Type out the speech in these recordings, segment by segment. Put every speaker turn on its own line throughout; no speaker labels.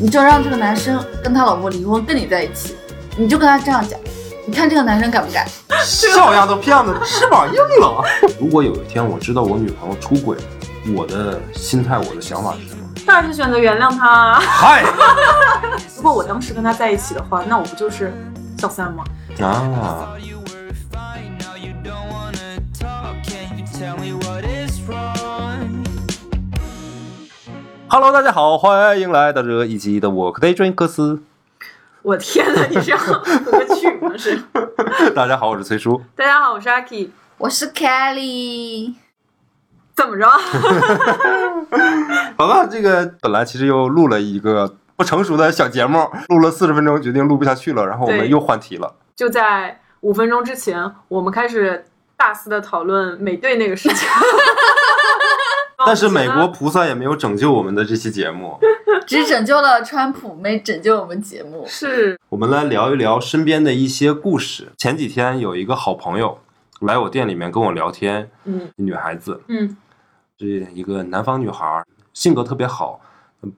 你就让这个男生跟他老婆离婚，跟你在一起，你就跟他这样讲，你看这个男生敢不敢？
小丫头片子翅膀硬了。
如果有一天我知道我女朋友出轨，我的心态，我的想法是什么？
当然是选择原谅他啊。
嗨
如果我当时跟他在一起的话，那我不就是小三吗？
啊！Hello，大家好，欢迎来到这一期的我 Day Drink 克斯。
我天呐，你这样怎么去吗？是。
大家好，我是崔叔。
大家好，我是阿 K。
我是 Kelly，
怎么着？
好吧，这个本来其实又录了一个不成熟的小节目，录了四十分钟，决定录不下去了，然后我们
对
又换题了。
就在五分钟之前，我们开始大肆的讨论美队那个事情。哦
但是
啊
美国菩萨也没有拯救我们的这期节目，
只拯救了川普，没拯救我们节目。
是
我们来聊一聊身边的一些故事。前几天有一个好朋友来我店里面跟我聊天，
嗯，
女孩子
嗯
是一个南方女孩，性格特别好，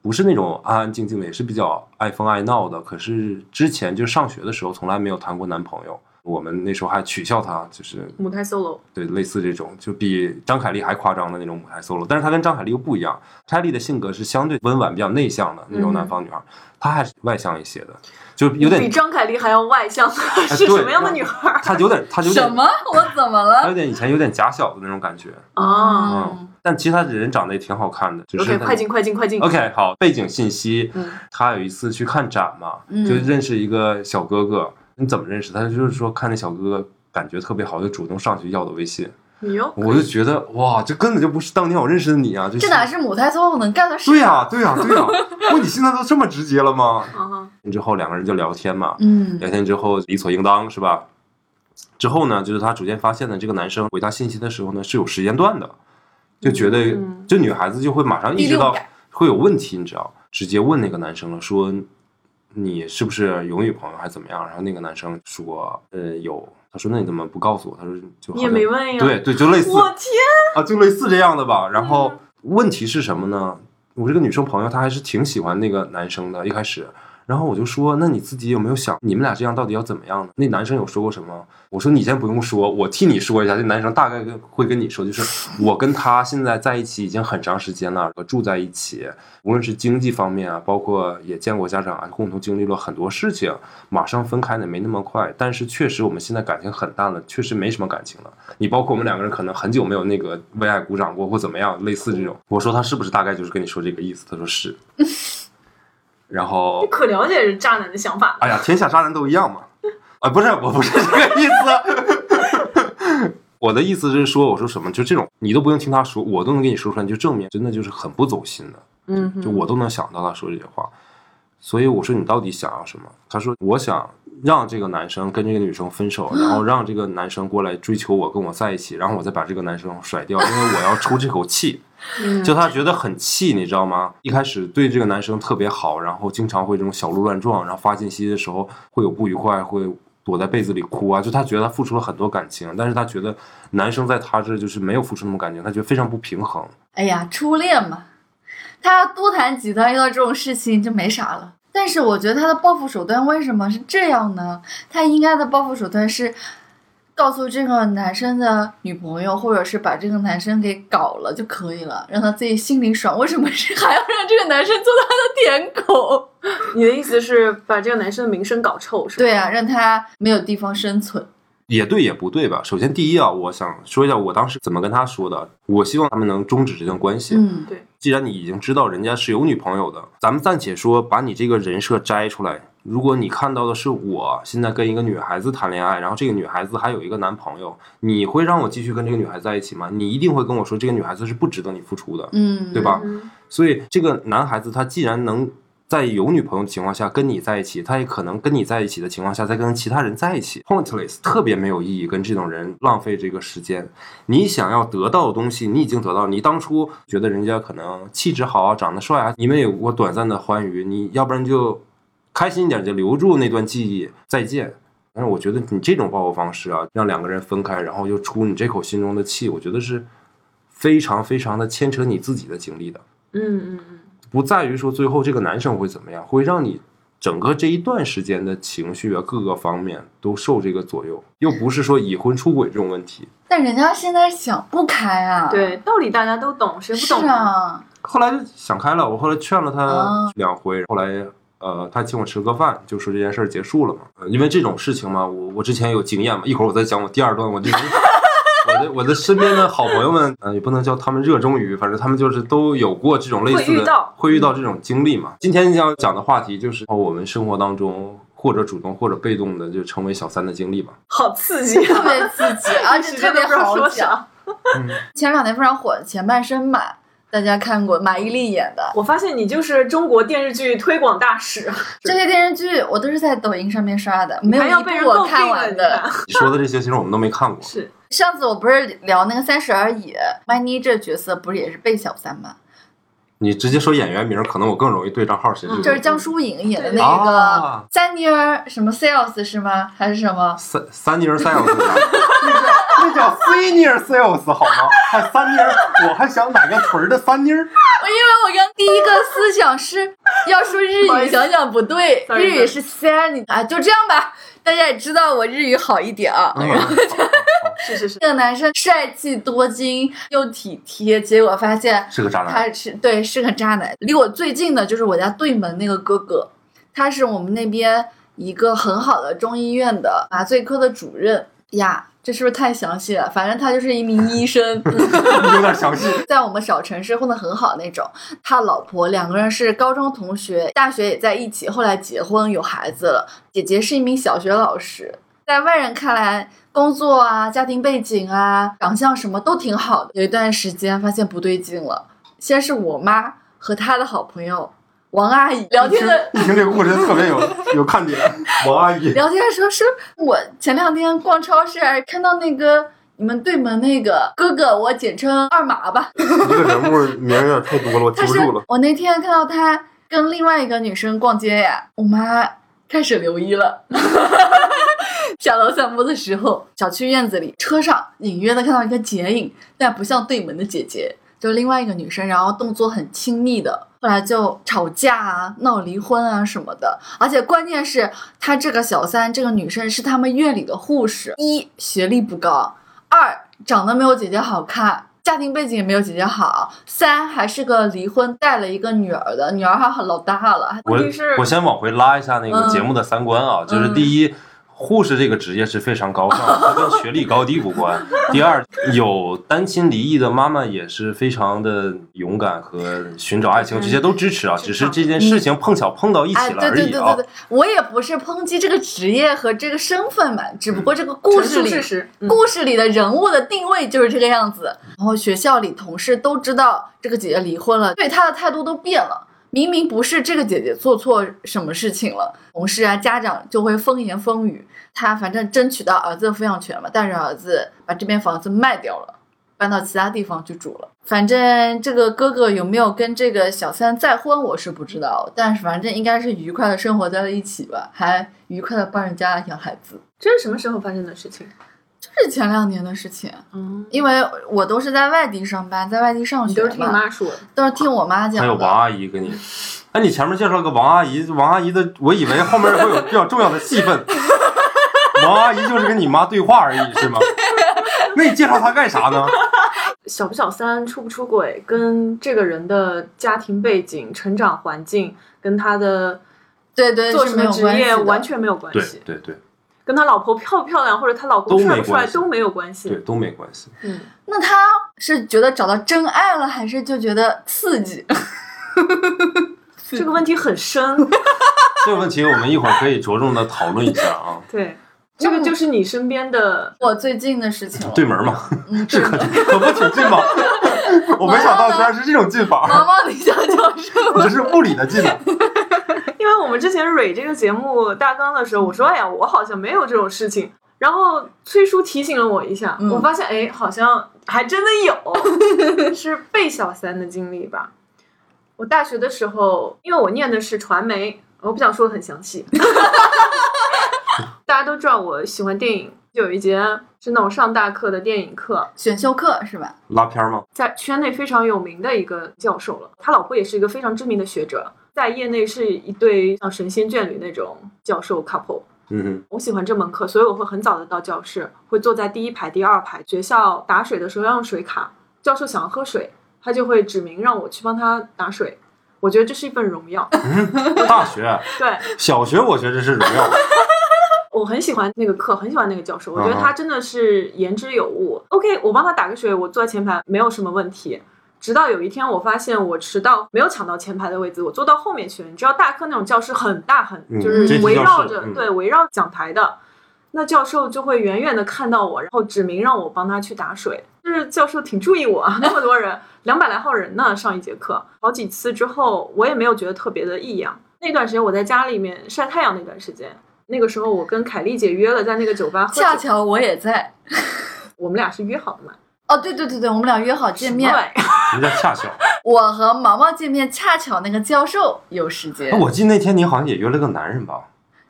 不是那种安安静静的，也是比较爱疯爱闹的。可是之前就上学的时候，从来没有谈过男朋友。我们那时候还取笑她，就是
母胎 solo，
对，类似这种，就比张凯丽还夸张的那种母胎 solo，但是她跟张凯丽又不一样，凯丽的性格是相对温婉、比较内向的那种南方女孩，她还是外向一些的，就有
比
点，哎
张凯丽还要外向，啊是
对
什么样的女孩儿
她有点，她有
什
点，
么？我怎么
她有
了？
点以前有点假小的那种感觉，
啊
嗯，但其实她人长得也挺好看的，只是
？OK，
她
快进快进快进。
OK，好，背景信息，
嗯
他有一次去看展嘛，
嗯
就认识一个小哥哥。你怎么认识他？就是说看那小哥哥感觉特别好，就主动上去要的微信。
你又
我就觉得哇，这根本就不是当年我认识的你啊！这
这
是
哪是母胎 solo 能干的事？
对呀、对呀、对呀、 哇，你现在都这么直接了吗？
啊哈，
之后两个人就聊天嘛，
嗯
聊天之后理所应当是吧？之后呢，就是他逐渐发现呢，这个男生回他信息的时候呢是有时间段的，就觉得、
嗯
就女孩子就会马上意识
第六
到
感
会有问题，你知道，直接问那个男生了，说你是不是有女朋友还怎么样？然后那个男生说呃有，他说那你怎么不告诉我？他说就好
你也
像
没问呀。
对对，就类似
我天，
啊，就类似这样的吧。然后问题是什么呢？我这个女生朋友她还是挺喜欢那个男生的，一开始。然后我就说，那你自己有没有想，你们俩这样到底要怎么样呢？那男生有说过什么？我说你先不用说，我替你说一下。这男生大概跟会跟你说，就是我跟他现在在一起已经很长时间了，住在一起，无论是经济方面啊，包括也见过家长啊，共同经历了很多事情。马上分开呢没那么快，但是确实我们现在感情很淡了，确实没什么感情了。你包括我们两个人可能很久没有那个为爱鼓掌过或怎么样，类似这种。我说他是不是大概就是跟你说这个意思？他说是。 然后
你可了解人渣男的想法了。
哎呀，天下渣男都一样嘛？啊，不是，我不是这个意思。我的意思是说，我说什么，就这种你都不用听他说，我都能给你说出来，你就证明真的就是很不走心的。
嗯哼，
就我都能想到他说这些话。所以我说你到底想要什么？他说我想让这个男生跟这个女生分手，然 后让这个男生过来追求我，跟我在一起，然后我再把这个男生甩掉，因为我要出这口气。
嗯
就他觉得很气，你知道吗？一开始对这个男生特别好，然后经常会这种小鹿乱撞，然后发信息的时候会有不愉快，会躲在被子里哭啊。就他觉得他付出了很多感情，但是他觉得男生在他这儿就是没有付出那么感情，他觉得非常不平衡。
哎呀，初恋嘛，他要多谈几段，遇到这种事情就没啥了。但是我觉得他的报复手段为什么是这样呢？他应该的报复手段是告诉这个男生的女朋友，或者是把这个男生给搞了就可以了，让他自己心里爽。为什么是还要让这个男生做他的舔狗？
你的意思是把这个男生的名声搞臭是吧？
对啊，让他没有地方生存。
也对也不对吧？首先第一啊，我想说一下我当时怎么跟他说的。我希望他们能终止这段关系。
嗯，
既然你已经知道人家是有女朋友的，咱们暂且说把你这个人设摘出来。如果你看到的是我现在跟一个女孩子谈恋爱，然后这个女孩子还有一个男朋友，你会让我继续跟这个女孩子在一起吗？你一定会跟我说这个女孩子是不值得你付出的。
嗯，
对吧
嗯
所以这个男孩子他既然能在有女朋友的情况下跟你在一起，他也可能跟你在一起的情况下再跟其他人在一起，pointless，特别没有意义，跟这种人浪费这个时间。你想要得到的东西，你已经得到了。你当初觉得人家可能气质好啊，长得帅啊，你们有过短暂的欢愉，你要不然就开心一点，就留住那段记忆，再见。但是我觉得你这种报复方式啊，让两个人分开，然后又出你这口心中的气，我觉得是非常非常的牵扯你自己的经历的。
嗯嗯嗯，
不在于说最后这个男生会怎么样，会让你整个这一段时间的情绪啊，各个方面都受这个左右，又不是说已婚出轨这种问题。
但人家现在想不开啊，，
对，道理大家都懂，谁不
是
懂？
啊，
后来就想开了，我后来劝了
啊
他两回，后来呃，他请我吃个饭，就说这件事儿结束了嘛。呃因为这种事情嘛，我我之前有经验嘛，一会儿我再讲我第二段 我这个。我的我的身边的好朋友们，呃，也不能叫他们热衷于，反正他们就是都有过这种类似的，
会遇到
会遇到这种经历嘛。今天要讲的话题就是哦我们生活当中或者主动或者被动的就成为小三的经历吧。
好刺激
特
啊！
别刺激， 而 且特别
不知道
好
说
讲。
啥。
前两年非常火的《前半生》吧，大家看过，马伊琍演的
我发现你就是中国电视剧推广大使，
这些电视剧，我都是在抖音上面刷的， 没有
还要
一
被人
部我
诟病
看
了，
完
你
的。
看
你说的这些其实我们都没看过，
是
上次我不是聊那个《三十而已》，曼妮这角色不是也是被小三吗？
你直接说演员名儿，可能我更容易对上号谁是
嗯
谁。
就是江疏影演的
对
那个
啊
三妮儿什么 sales 是吗？还是什么？
三三妮儿三小四啥的。
那叫 senior sales 好吗？还三妮儿，我还想哪个屯儿的三妮儿。
我因为我刚第一个思想是要说日
不好
语，
意思
想想不对，
sorry，
日语是三，你啊，就这样吧。大家也知道我日语好一点啊。
嗯
是是是，
这个男生帅气多金又体贴，结果发现
是个渣男。
他是对是个渣男。离我最近的就是我家对门那个哥哥，他是我们那边一个很好的中医院的麻醉科的主任呀。这是不是太详细了？反正他就是一名医 生，
有点详细。
在我们小城市混得很好那种。他老婆两个人是高中同学，大学也在一起，后来结婚有孩子了。姐姐是一名小学老师，在外人看来，工作啊、家庭背景啊、长相什么都挺好的。有一段时间发现不对劲了，先是我妈和她的好朋友王阿姨聊天的
一听这个故事特别有有看点。王阿姨，
聊天的时候说，我前两天逛超市看到那个。你们对门那个哥哥，我简称二麻吧，
一个人物名儿有点太多了，我记
他
不
是
住了。
我那天看到他跟另外一个女生逛街呀，我妈开始留意了。 下楼散步的时候，小区院子里车上隐约的看到一个剪影，但不像对门的姐姐，就另外一个女生，然后动作很亲密的。后来就吵架啊、闹离婚啊什么的，而且关键是她这个小三，这个女生是他们院里的护士，一学历不高，二长得没有姐姐好看，家庭背景也没有姐姐好，三还是个离婚带了一个女儿的，女儿还很老大了，
我
问题是
我先往回拉一下那
嗯
个节目的三观啊，就是第一。护士这个职业是非常高尚的，它跟学历高低无关。第二，有单亲离异的妈妈也是非常的勇敢和寻找爱情，这些都支持啊。只是这件事情碰巧碰到一
哎，
起了
对
而
对
已
对
啊
对。对，我也不是抨击这个职业和这个身份嘛，只不过这个 故
陈
事
述
里
事实，嗯
故事里的人物的定位就是这个样子。然后学校里同事都知道这个姐姐离婚了，对她的态度都变了。明明不是这个姐姐做错什么事情了，同事啊、家长就会风言风语。她反正争取到儿子的抚养权了，但是儿子把这边房子卖掉了，搬到其他地方去住了。反正这个哥哥有没有跟这个小三再婚，我是不知道，但是反正应该是愉快的生活在了一起吧，还愉快的帮人家养孩子。
这是什么时候发生的事情？
这是前两年的事情，
嗯，
因为我都是在外地上班，在外地上
你
学
都是听你
嘛，
妈说的，
都是听我妈讲的。
还有王阿姨跟你，哎，你前面介绍了个王阿姨，王阿姨的，我以为后面会有比较重要的戏份。王阿姨就是跟你妈对话而已， 是吗？那你介绍她干啥呢？
小不小三出不出轨，跟这个人的家庭背景、成长环境，跟他的
对对
做
呃是
什
没
么
有
职
关系
业
的，
完全没有关
对
系，
对对
跟他老婆漂不漂亮或者他老公
都没
帅不帅
关系
都没有关系
对，。都没关系。
嗯，
那他是觉得找到真爱了，还是就觉得刺激？
这个问题很深，
这个问题我们一会儿可以着重的讨论一下啊。
对，这个就是你身边的，
我最近的事情了，
对门儿嘛，
嗯，
这
对
可可不挺近吗？
我没想到居然是这种进
毛
法，
毛，你想讲什么？
你这是物理的进法。
因为我们之前蕊这个节目大纲的时候，我说哎呀，我好像没有这种事情。然后崔叔提醒了我一下，
嗯
我发现哎，好像还真的有，是被小三的经历吧。我大学的时候，因为我念的是传 媒，我不想说的很详细。大家都知道我喜欢电影，有一节是那种上大课的电影课，
选修课是吧？
拉片儿吗？
在圈内非常有名的一个教授了，他老婆也是一个非常知名的学者，在业内是一对像神仙眷侣那种教授 couple。
嗯哼，
我喜欢这门课，所以我会很早的到教室，会坐在第一排、第二排。学校打水的时候要用水卡，教授想要喝水，他就会指明让我去帮他打水。我觉得这是一份荣耀。
嗯大学、
对
小学，我觉得是荣耀。
我很喜欢那个课，很喜欢那个教授，我觉得
啊
他真的是言之有物。OK，我帮他打个水，我坐在前排没有什么问题。直到有一天，我发现我迟到，没有抢到前排的位置，我坐到后面去了。你知道大课那种教室很大很，
嗯
就是围绕
阶梯教
着、
室嗯
对围绕讲台的，那教授就会远远的看到我，然后指明让我帮他去打水。就是教授挺注意我啊，那么多人，两百来号人呢，上一节课好几次之后，我也没有觉得特别的异样。那段时间我在家里面晒太阳，那段时间，那个时候我跟凯丽姐约了在那个酒吧喝
恰
酒，
巧我也在。
我们俩是约好的嘛，
哦，对对对对，我们俩约好见面
什么。玩意儿
人家恰巧，
我和毛毛见面，恰巧那个教授有时间
哎，，我记得那天你好像也约了个男人吧？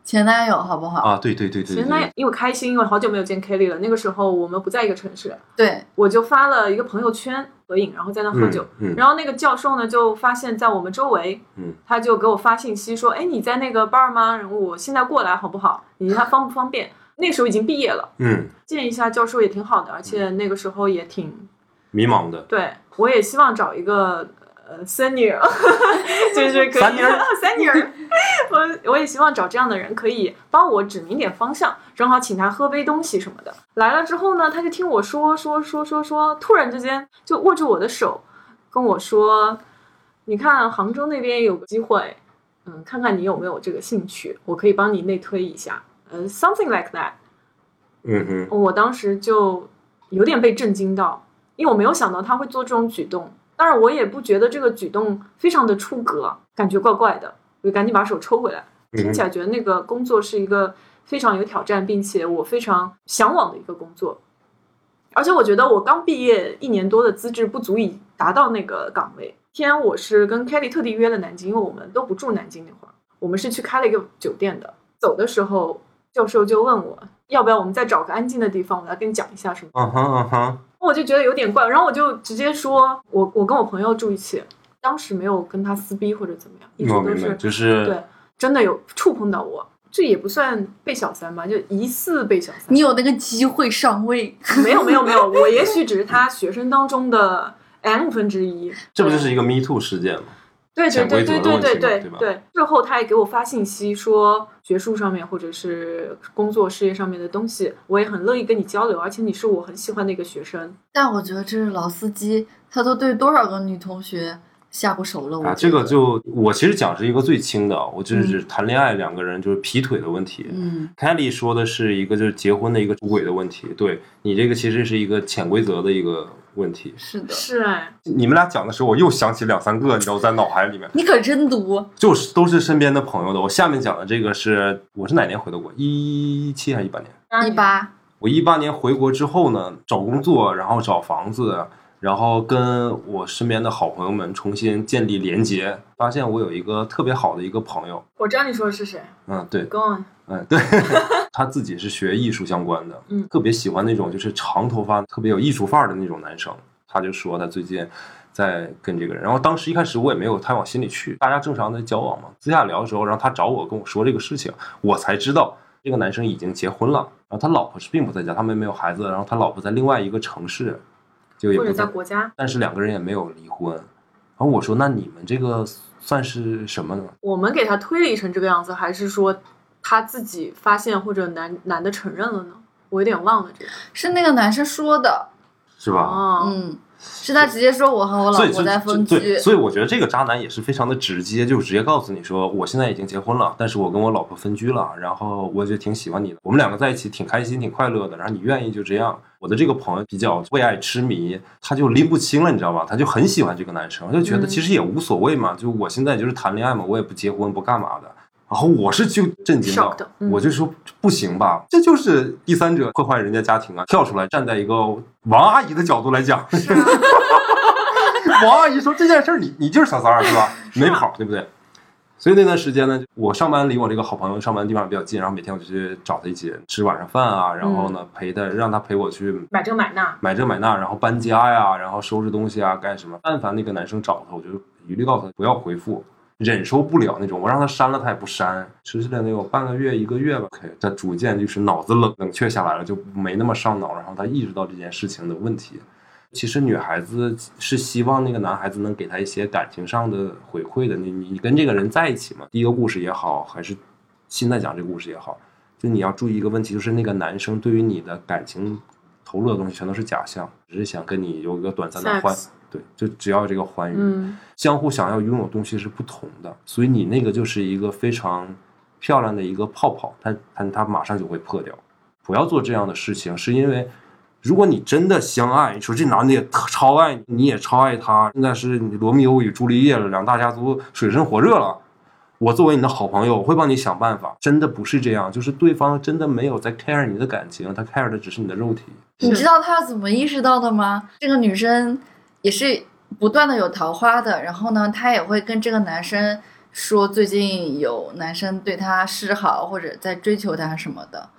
前男友好不好？
啊，对对对对
原来
对，
因为开心，因为好久没有见凯丽了，那个时候我们不在一个城市，
对，
我就发了一个朋友圈合影，然后在那喝酒。
嗯，嗯
然后那个教授呢，就发现在我们周围，
嗯，
他就给我发信息说：“哎，你在那个班儿吗？然后我现在过来好不好？你他方不方便？”那个时候已经毕业了，
嗯，
见一下教授也挺好的，而且那个时候也挺
迷茫的，
对我也希望找一个呃 senior，就是可以
三妮儿
senior，我我也希望找这样的人，可以帮我指明点方向，正好请他喝杯东西什么的。来了之后呢，他就听我说说说说说，突然之间就握住我的手，跟我说：“你看杭州那边有个机会，嗯，看看你有没有这个兴趣，我可以帮你内推一下。”呃，something like that。
嗯哼，
我当时就有点被震惊到，因为我没有想到他会做这种举动。当然，我也不觉得这个举动非常的出格，感觉怪怪的，我就赶紧把手抽回来。听
嗯
起来觉得那个工作是一个非常有挑战，并且我非常向往的一个工作。而且我觉得我刚毕业一年多的资质不足以达到那个岗位。天，我是跟 Kelly 特地约了南京，因为我们都不住南京那会儿，我们是去开了一个酒店的。走的时候，教授就问我要不要我们再找个安静的地方，我来跟你讲一下什么。
嗯哼嗯哼，
我就觉得有点怪，然后我就直接说，我我跟我朋友住一起，当时没有跟他撕逼或者怎么样，一直
我
都
明白，
是
就是
对，真的有触碰到我，这也不算被小三吧，就疑似被小三
你。有那个机会上位，
没有没有没有，我也许只是他学生当中的 n 分之一。
这不就是一个 Me Too 事件吗？
对对
潜
对
规则
对
的
对
问题
对
嘛
对
对吧
对。日后他也给我发信息说，学术上面或者是工作事业上面的东西，我也很乐意跟你交流，而且你是我很喜欢的一个学生。
但我觉得这是老司机，他都对多少个女同学下过手了。我
啊，
觉
这
得
个就我其实讲是一个最轻的，啊我就是
嗯
指谈恋爱两个人就是劈腿的问题。
嗯，
Kelly 说的是一个就是结婚的一个出轨的问题，对你这个其实是一个潜规则的一个问题。
是的，
是哎，
你们俩讲的时候，我又想起两三个，你知道在脑海里面，
你可真
啊
毒。
就是都是身边的朋友的。我下面讲的这个是我是哪年回的国？一七还是一八年？
一八，
我一八年回国之后呢，找工作，然后找房子，然后跟我身边的好朋友们重新建立连接，发现我有一个特别好的一个朋友，
我知道你说的是谁
嗯，对，
，Go on。
嗯，对， 他自己是学艺术相关的，
嗯
特别喜欢那种就是长头发、特别有艺术范儿的那种男生。他就说他最近在跟这个人，然后当时一开始我也没有太往心里去，大家正常的交往嘛，私下聊的时候，然后他找我跟我说这个事情，我才知道这个男生已经结婚了，然后他老婆是并不在家，他们没有孩子，然后他老婆在另外一个城市，就也
或
不
者在国家，
但是两个人也没有离婚。然后我说那你们这个算是什么呢？
我们给他推理成这个样子，还是说他自己发现或者男男的承认了呢？我有点忘了这个。
是那个男生说的，
是吧？
哦，
嗯，是他直接说我和我老
所以
婆
就
在分居
就，对，所以我觉得这个渣男也是非常的直接，就直接告诉你说，我现在已经结婚了，但是我跟我老婆分居了，然后我也挺喜欢你的，我们两个在一起挺开心、挺快乐的，然后你愿意就这样。我的这个朋友比较为爱痴迷，他就拎不清了，你知道吧？他就很喜欢这个男生，他就觉得
嗯
其实也无所谓嘛，就我现在就是谈恋爱嘛，我也不结婚，不干嘛的。然后我是就震惊到
Shocked，，嗯
我就说不行吧，这就是第三者破坏人家家庭啊！跳出来站在一个王阿姨的角度来讲，
是啊，
王阿姨说这件事儿，你你就是小三儿是吧？没跑，对不对？所以那段时间呢，我上班离我这个好朋友上班的地方比较近，然后每天我就去找他一起吃晚上饭啊，然后呢陪他，让他陪我去
买这买那，
买这买那，然后搬家呀，然后收拾东西啊，干什么？但凡那个男生找他，我就一律告诉他不要回复，忍受不了那种，我让他删了他也不删，持续了能有半个月一个月吧。OK，他逐渐就是脑子冷冷却下来了，就没那么上脑，然后他意识到这件事情的问题。其实女孩子是希望那个男孩子能给她一些感情上的回馈的。你你跟这个人在一起嘛，第一个故事也好，还是现在讲这个故事也好，就你要注意一个问题，就是那个男生对于你的感情投入的东西全都是假象，只是想跟你有一个短暂的欢
Sex，
对，就只要这个欢愉。
嗯，
相互想要拥有东西是不同的，所以你那个就是一个非常漂亮的一个泡泡，它它它马上就会破掉。不要做这样的事情，是因为如果你真的相爱，你说这男的也特超爱你，你也超爱他，现在是你罗密欧与朱丽叶了，两大家族水深火热了。我作为你的好朋友，我会帮你想办法。真的不是这样，就是对方真的没有在 care 你的感情，他 care 的只是你的肉体。
你
是
知道他是怎么意识到的吗？这个女生也是不断的有桃花的，然后呢，她也会跟这个男生说最近有男生对她示好或者在追求她什么的，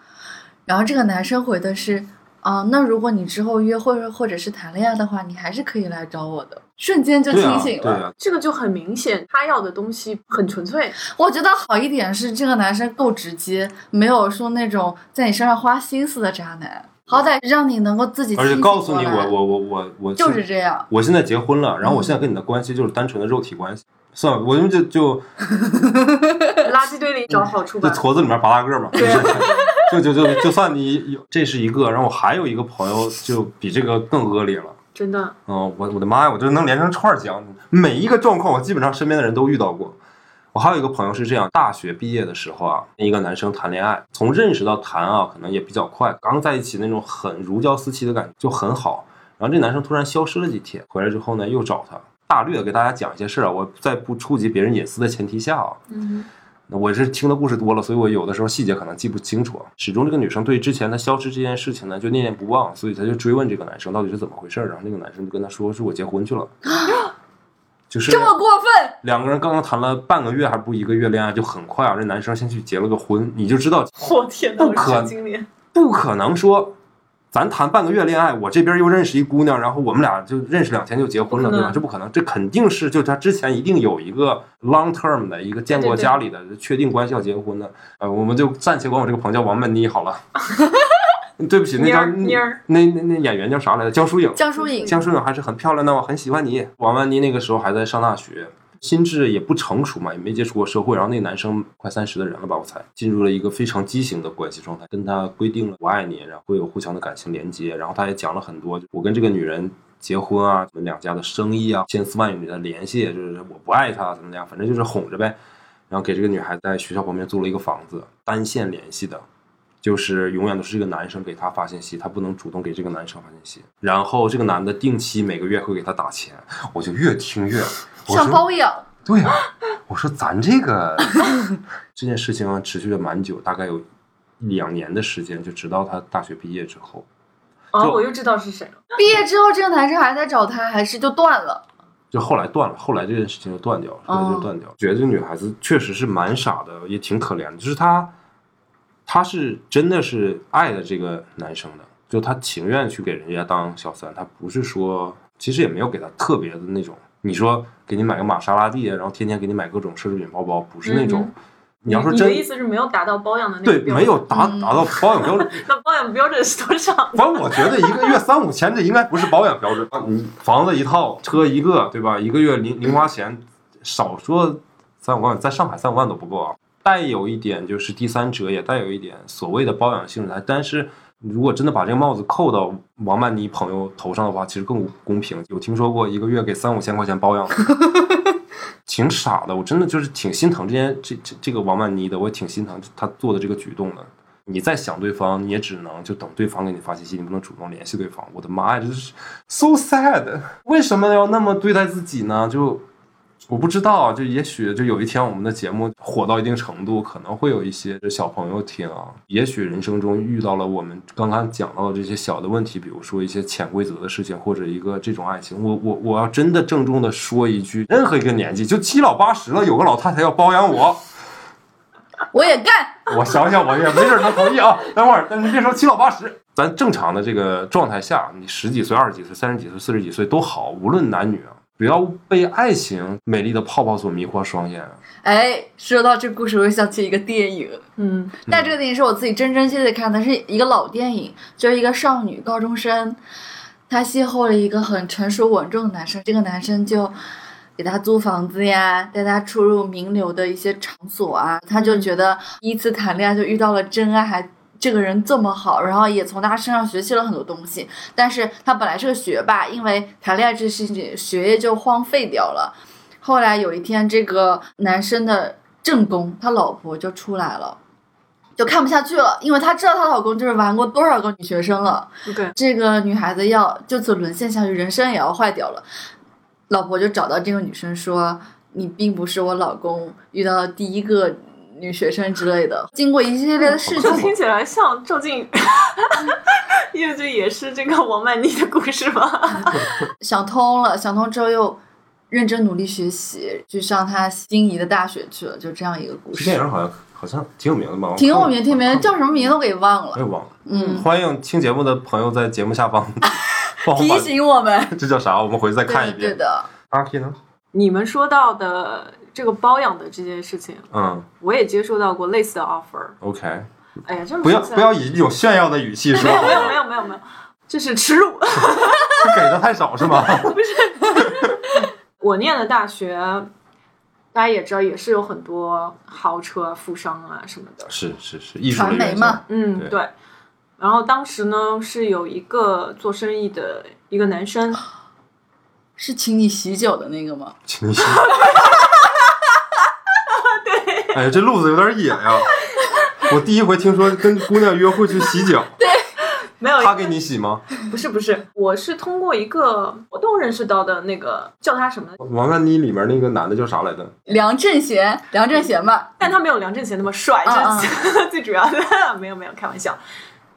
然后这个男生回的是啊、那如果你之后约会或者是谈恋爱的话，你还是可以来找我的，瞬间就
对啊，
清醒
对
了。
啊，
这个就很明显，他要的东西很纯 粹，
我觉得好一点是这个男生够直接，没有说那种在你身上花心思的渣男，好歹让你能够自己
而且
清醒
告诉你，
过来
我我我我我
就是这样。
我现在结婚了，然后我现在跟你的关系就是单纯的肉体关系。算了，我们就就
垃圾堆里找好处
就
吧。
矬子里面拔大个儿嘛，就是 就就就就算你有这是一个，然后我还有一个朋友就比这个更恶劣了。
真的，
嗯，我我的妈呀，我这能连成串儿讲，每一个状况我基本上身边的人都遇到过。我还有一个朋友是这样，大学毕业的时候啊，一个男生谈恋爱，从认识到谈啊，可能也比较快，刚在一起那种很如胶似漆的感觉就很好。然后这男生突然消失了几天，回来之后呢，又找他。大略地给大家讲一些事儿啊，我在不触及别人隐私的前提下啊，
嗯，
那我是听的故事多了，所以我有的时候细节可能记不清楚啊。始终这个女生对之前她消失这件事情呢，就念念不忘，所以她就追问这个男生到底是怎么回事儿。然后那个男生就跟她说：“是我结婚 去了。”就是
这么过分，
两个人刚刚谈了半个月还不一个月恋爱，就很快啊，这男生先去结了个婚，你就知道
我天哪，
不可
我神经脸，
不可能说。咱谈半个月恋爱，我这边又认识一姑娘，然后我们俩就认识两天就结婚了，
不
对
可能
吧？这不可能，这肯定是就他之前一定有一个 long term 的一个见过
对对对
家里的确定关系要结婚的，呃，我们就暂且管我这个朋友叫王曼妮好了。 对不起，那
妮
叫
儿妮儿
那那那演员叫啥来着？江疏影。
江疏影
江疏影还是很漂亮的，我很喜欢你。王曼妮那个时候还在上大学，心智也不成熟嘛，也没接触过社会。然后那个男生快三十的人了吧，我猜进入了一个非常畸形的关系状态，跟他规定了我爱你，然后会有互相的感情连接。然后他也讲了很多，我跟这个女人。结婚啊，我们两家的生意啊，千丝万缕的联系，就是我不爱她怎么样，反正就是哄着呗。然后给这个女孩在学校旁边租了一个房子，单线联系的，就是永远都是这个男生给她发信息，她不能主动给这个男生发信息。然后这个男的定期每个月会给她打钱，我就越听越，我
像
说
包养，
对呀、我说咱这个 这件事情啊持续了蛮久，大概有两年的时间，就直到她大学毕业之后，
哦，
就
我又知道是谁了。
毕业之后这个男生还在找她，还是就断了？
就后来断了，后来这件事情就断掉了，
哦
后来就断掉了。觉得这女孩子确实是蛮傻的，也挺可怜的。就是她，她是真的是爱的这个男生的，就她情愿去给人家当小三，她不是说其实也没有给她特别的那种。你说给你买个玛莎拉蒂，然后天天给你买各种奢侈品包包，不是那种。
嗯
你要说
你
真
的意思是没有达到包养的那
对，
个标准？
没有达
嗯
达到保养标准，
那包养标准是多少？
反正我觉得一个月三五千，这应该不是保养标准。你房子一套，车一个，对吧？一个月零零花钱，少说三五万，在上海三五万都不够啊。带有一点就是第三者，也带有一点所谓的包养性质在。但是如果真的把这个帽子扣到王曼妮朋友头上的话，其实更不公平。有听说过一个月给三五千块钱包养的吗，挺傻的。我真的就是挺心疼这件这这这个王曼妮的，我也挺心疼她做的这个举动的。你再想对方，你也只能就等对方给你发信息，你不能主动联系对方。我的妈呀，这是 so sad！为什么要那么对待自己呢？就我不知道，就也许就有一天我们的节目火到一定程度，可能会有一些小朋友听啊。也许人生中遇到了我们刚刚讲到的这些小的问题，比如说一些潜规则的事情，或者一个这种爱情。我我我要真的郑重的说一句，任何一个年纪，就七老八十了，有个老太太要包养我，
我也干，
我想想，我也没准能同意啊。 等会儿，但是别说七老八十，咱正常的这个状态下，你十几岁、二十几岁、三十几岁、四十几岁都好，无论男女啊，不要被爱情美丽的泡泡所迷惑双眼。啊
哎，说到这故事，我又想起一个电影，
嗯，
但这个电影是我自己真真切切看的，是一个老电影，就是一个少女高中生，她邂逅了一个很成熟稳重的男生，这个男生就给她租房子呀，带她出入名流的一些场所啊，她就觉得第一次谈恋爱就遇到了真爱，还。这个人这么好，然后也从他身上学习了很多东西，但是他本来是个学霸，因为谈恋爱这事情，学业就荒废掉了。后来有一天，这个男生的正宫，他老婆就出来了，就看不下去了，因为她知道她老公就是玩过多少个女学生了。
对，
这个女孩子要就此沦陷下去，人生也要坏掉了。老婆就找到这个女生说：“你并不是我老公遇到的第一个女学生之类的。”经过一系列的
嗯
事情，
听起来像赵静， 因为这也是这个王曼妮的故事吧？
想通了，想通之后又认真努力学习，去上她心仪的大学去了，就这样一个故
这电
事。
影好像好像挺有名的吧？
挺有
我看
名，挺有名，叫什么名都给忘
我
了。
也忘了。
嗯，
欢迎听节目的朋友在节目 下方帮我
提
把
醒我们。
这叫啥？我们回去再看一
对的对
遍。
的，
阿 K 呢？
你们说到的这个包养的这件事情，
嗯
我也接受到过类似的 offer。
，OK，
哎呀，这么
不要
说起来
不要以一种炫耀的语气
没有没
说，
有没有没有没有，这是耻辱。
给的太少是吗？
我念的大学，大家也知道，也是有很多豪车、富商啊什么的。
是是是，艺术的
传媒
元素
嘛，
嗯，
对
对。然后当时呢，是有一个做生意的一个男生，
是请你喜酒的那个吗？
请 你信。对，哎呀，这路子有点野呀！我第一回听说跟姑娘约会去洗脚，
没有，
他给你洗吗？
不是不是，我是通过一个活动认识到的那个叫他什么，
王曼妮里面那个男的叫啥来着？
梁振贤，梁振贤吧，
但他没有梁振贤那么帅，这
嗯
是 最主要的。没有没有，开玩笑。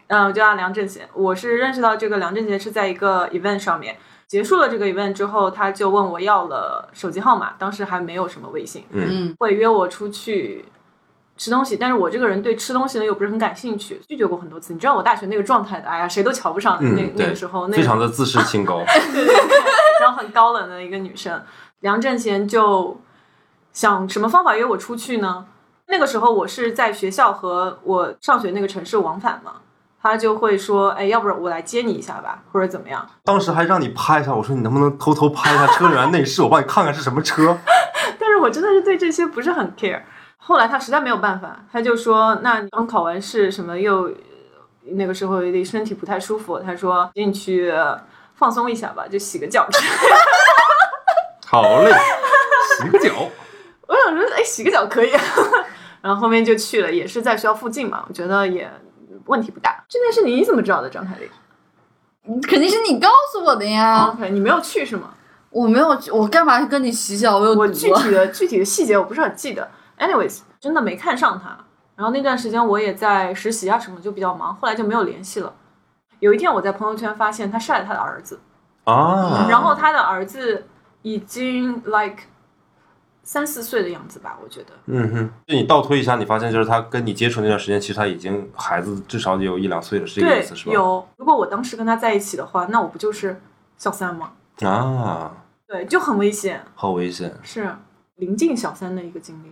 嗯，我叫他梁振贤，我是认识到这个梁振贤是在一个 event 上面。结束了这个 event 之后，他就问我要了手机号码，当时还没有什么微信，
嗯，
嗯，
会约我出去吃东西，但是我这个人对吃东西呢又不是很感兴趣，拒绝过很多次。你知道我大学那个状态的，哎呀，谁都瞧不上那、
嗯
那
对
个时候，那
非
个
常的自视 清高。
然后很高冷的一个女生。梁振贤就想什么方法约我出去呢？那个时候我是在学校和我上学那个城市往返嘛，他就会说，哎，要不然我来接你一下吧，或者怎么样？
当时还让你拍一下，我说你能不能偷偷拍一下车里面内饰，我帮你看看是什么车。
但是我真的是对这些不是很 care。后来他实在没有办法，他就说，那你刚考完试什么又那个时候有点身体不太舒服，他说接你去放松一下吧，就洗个脚之类的
好嘞，洗个脚。
我想说，哎，洗个脚可以。然后后面就去了，也是在学校附近嘛，我觉得也问题不大。这件事你怎么知道的，张凯丽
肯定是你告诉我的呀。
？OK，你没有去是吗？
我没有，我干嘛跟你洗脚？我有毒
我
啊。
具体的具体的细节我不是很记得。Anyways，真的没看上他。然后那段时间我也在实习啊什么，就比较忙，后来就没有联系了。有一天我在朋友圈发现他晒了他的儿子，
啊，
嗯然后他的儿子已经 like 三四岁的样子吧，我觉得。
嗯哼，就你倒推一下，你发现就是他跟你接触那段时间，其实他已经孩子至少得有一两岁了，是这个意
对
思，是吧？
有。如果我当时跟他在一起的话，那我不就是小三吗？
啊，
对，就很危险，
好危险，
是临近小三的一个经历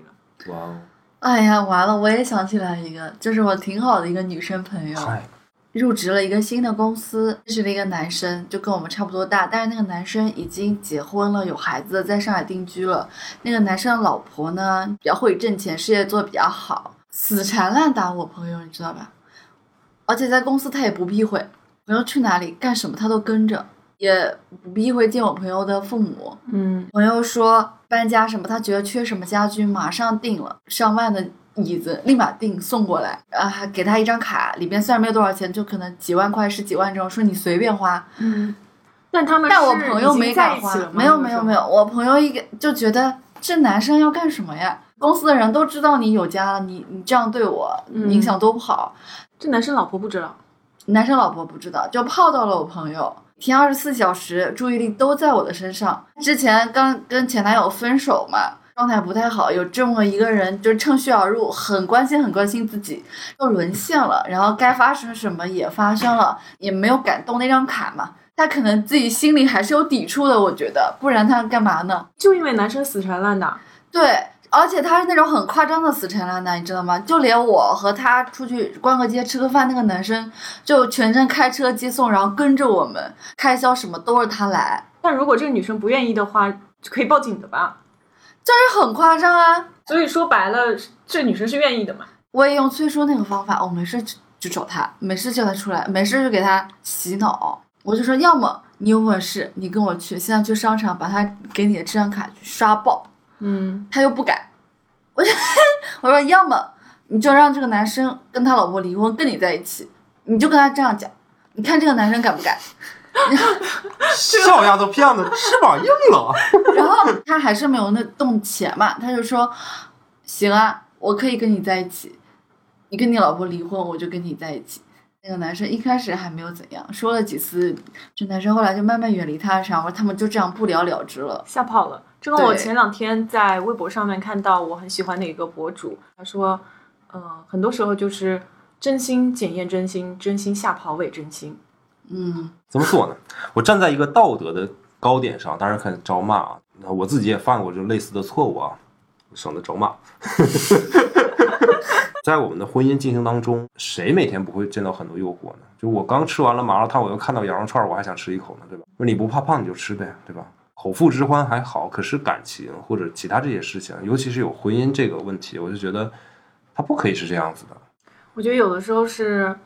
了。
哇哦，
哎呀，完了，我也想起来一个，就是我挺好的一个女生朋友，
嗨，
入职了一个新的公司，认识了一个男生，就跟我们差不多大，但是那个男生已经结婚了，有孩子，在上海定居了。那个男生的老婆呢，比较会挣钱，事业做得比较好，死缠烂打我朋友，你知道吧？而且在公司他也不避讳，朋友去哪里干什么他都跟着，也不避讳见我朋友的父母。
嗯，
朋友说搬家什么，他觉得缺什么家具，马上订了上万的椅子，立马订送过来，啊，还给他一张卡，里边虽然没有多少钱，就可能几万块、十几万这种，说你随便花。
嗯，但他们
但我
是
朋
已
友
经
没
在
敢
一
花
起了，吗
没有没有没，有，我朋友一个就觉得这男生要干什么呀？公司的人都知道你有家了，你你这样对我
嗯
影响多不好。
这男生老婆不知道，
男生老婆不知道，就泡到了我朋友，一天二十四小时注意力都在我的身上。之前刚跟前男友分手嘛，状态不太好，有这么一个人就趁虚而入，很关心很关心自己，又沦陷了，然后该发生什么也发生了，也没有敢动那张卡嘛。他可能自己心里还是有抵触的，我觉得，不然他干嘛呢？
就因为男生死缠烂打，
对，而且他是那种很夸张的死缠烂打，你知道吗？就连我和他出去逛个街、吃个饭，那个男生就全程开车接送，然后跟着我们，开销什么都是他来，
但如果这个女生不愿意的话，就可以报警的吧？
这很夸张啊！
所以说白了，这女生是愿意的嘛？
我也用催收那个方法，我没事就就找他，没事叫他出来，没事就给他洗脑。我就说，要么你有本事，你跟我去，现在去商场把他给你的这张卡刷爆，
嗯，
他又不敢。我就 我说，要么你就让这个男生跟他老婆离婚，跟你在一起，你就跟他这样讲，你看这个男生敢不敢？
小丫头片子翅膀硬了，
然后他还是没有那动钱嘛，他就说，行啊，我可以跟你在一起，你跟你老婆离婚，我就跟你在一起。那个男生一开始还没有怎样，说了几次，这男生后来就慢慢远离他，然后他们就这样不了了之了。
吓跑了。这跟我
对
前两天在微博上面看到我很喜欢的一个博主，他说，呃，很多时候就是真心检验真心，真心吓跑伪真心。
嗯，
怎么说呢？ 我站在一个道德的高点上，当然很招骂啊。那我自己也犯过这类似的错误啊，省得招骂。 在我们的婚姻进行当中，谁每天不会见到很多诱惑呢？就我刚吃完了麻辣烫，我又看到羊肉串，我还想吃一口呢，对吧？你不怕胖你就吃呗，对吧？口腹之欢还好，可是感情或者其他这些事情，尤其是有婚姻这个问题，我就觉得它不可以是这样子的。
我觉得有的时候是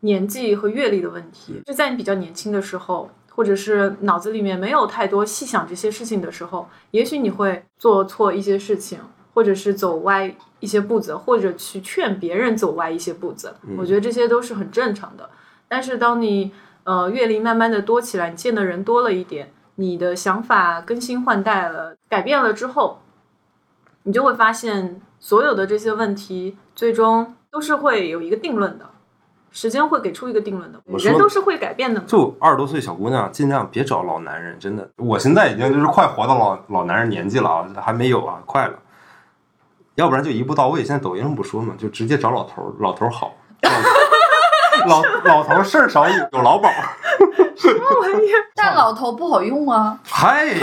年纪和阅历的问题，就在你比较年轻的时候，或者是脑子里面没有太多细想这些事情的时候，也许你会做错一些事情，或者是走歪一些步子，或者去劝别人走歪一些步子。我觉得这些都是很正常的。但是当你呃阅历慢慢的多起来，你见的人多了一点，你的想法更新换代了，改变了之后，你就会发现所有的这些问题最终都是会有一个定论的，时间会给出一个定论的。
我说
人都是会改变的嘛。
就二十多岁小姑娘，尽量别找老男人，真的。我现在已经就是快活到老老男人年纪了啊，还没有啊，快了。要不然就一步到位。现在抖音上不说嘛，就直接找老头儿，老头儿好，
老老头事儿少，
有劳保。
但老头不好用啊。
嗨，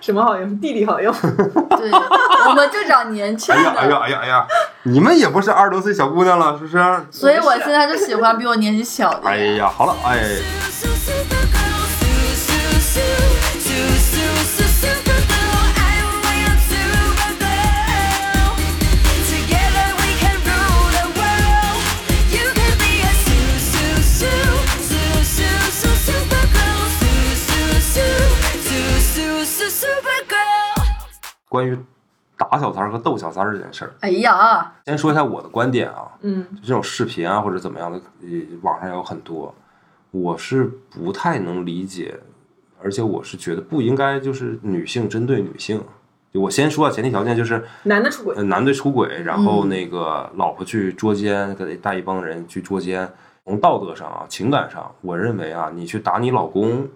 什么好用？弟弟 好用。
对，我们就找年轻
哎呀，哎
的，
呀，哎呀，哎呀，你们也不是二十多岁小姑娘了，是不是？
所以我现在就喜欢比我年纪小的。
哎呀，好了，哎，
Supergirl.
关于打小三儿和斗小三儿这件事儿，
哎呀，
先说一下我的观点啊。
嗯，
这种视频啊或者怎么样的，呃，网上有很多，我是不太能理解，而且我是觉得不应该就是女性针对女性。就我先说啊，前提条件就是
男的出轨
呃，男对出轨，然后
嗯
那个老婆去捉奸，给带一帮人去捉奸。从道德上啊，情感上，我认为啊，你去打你老公，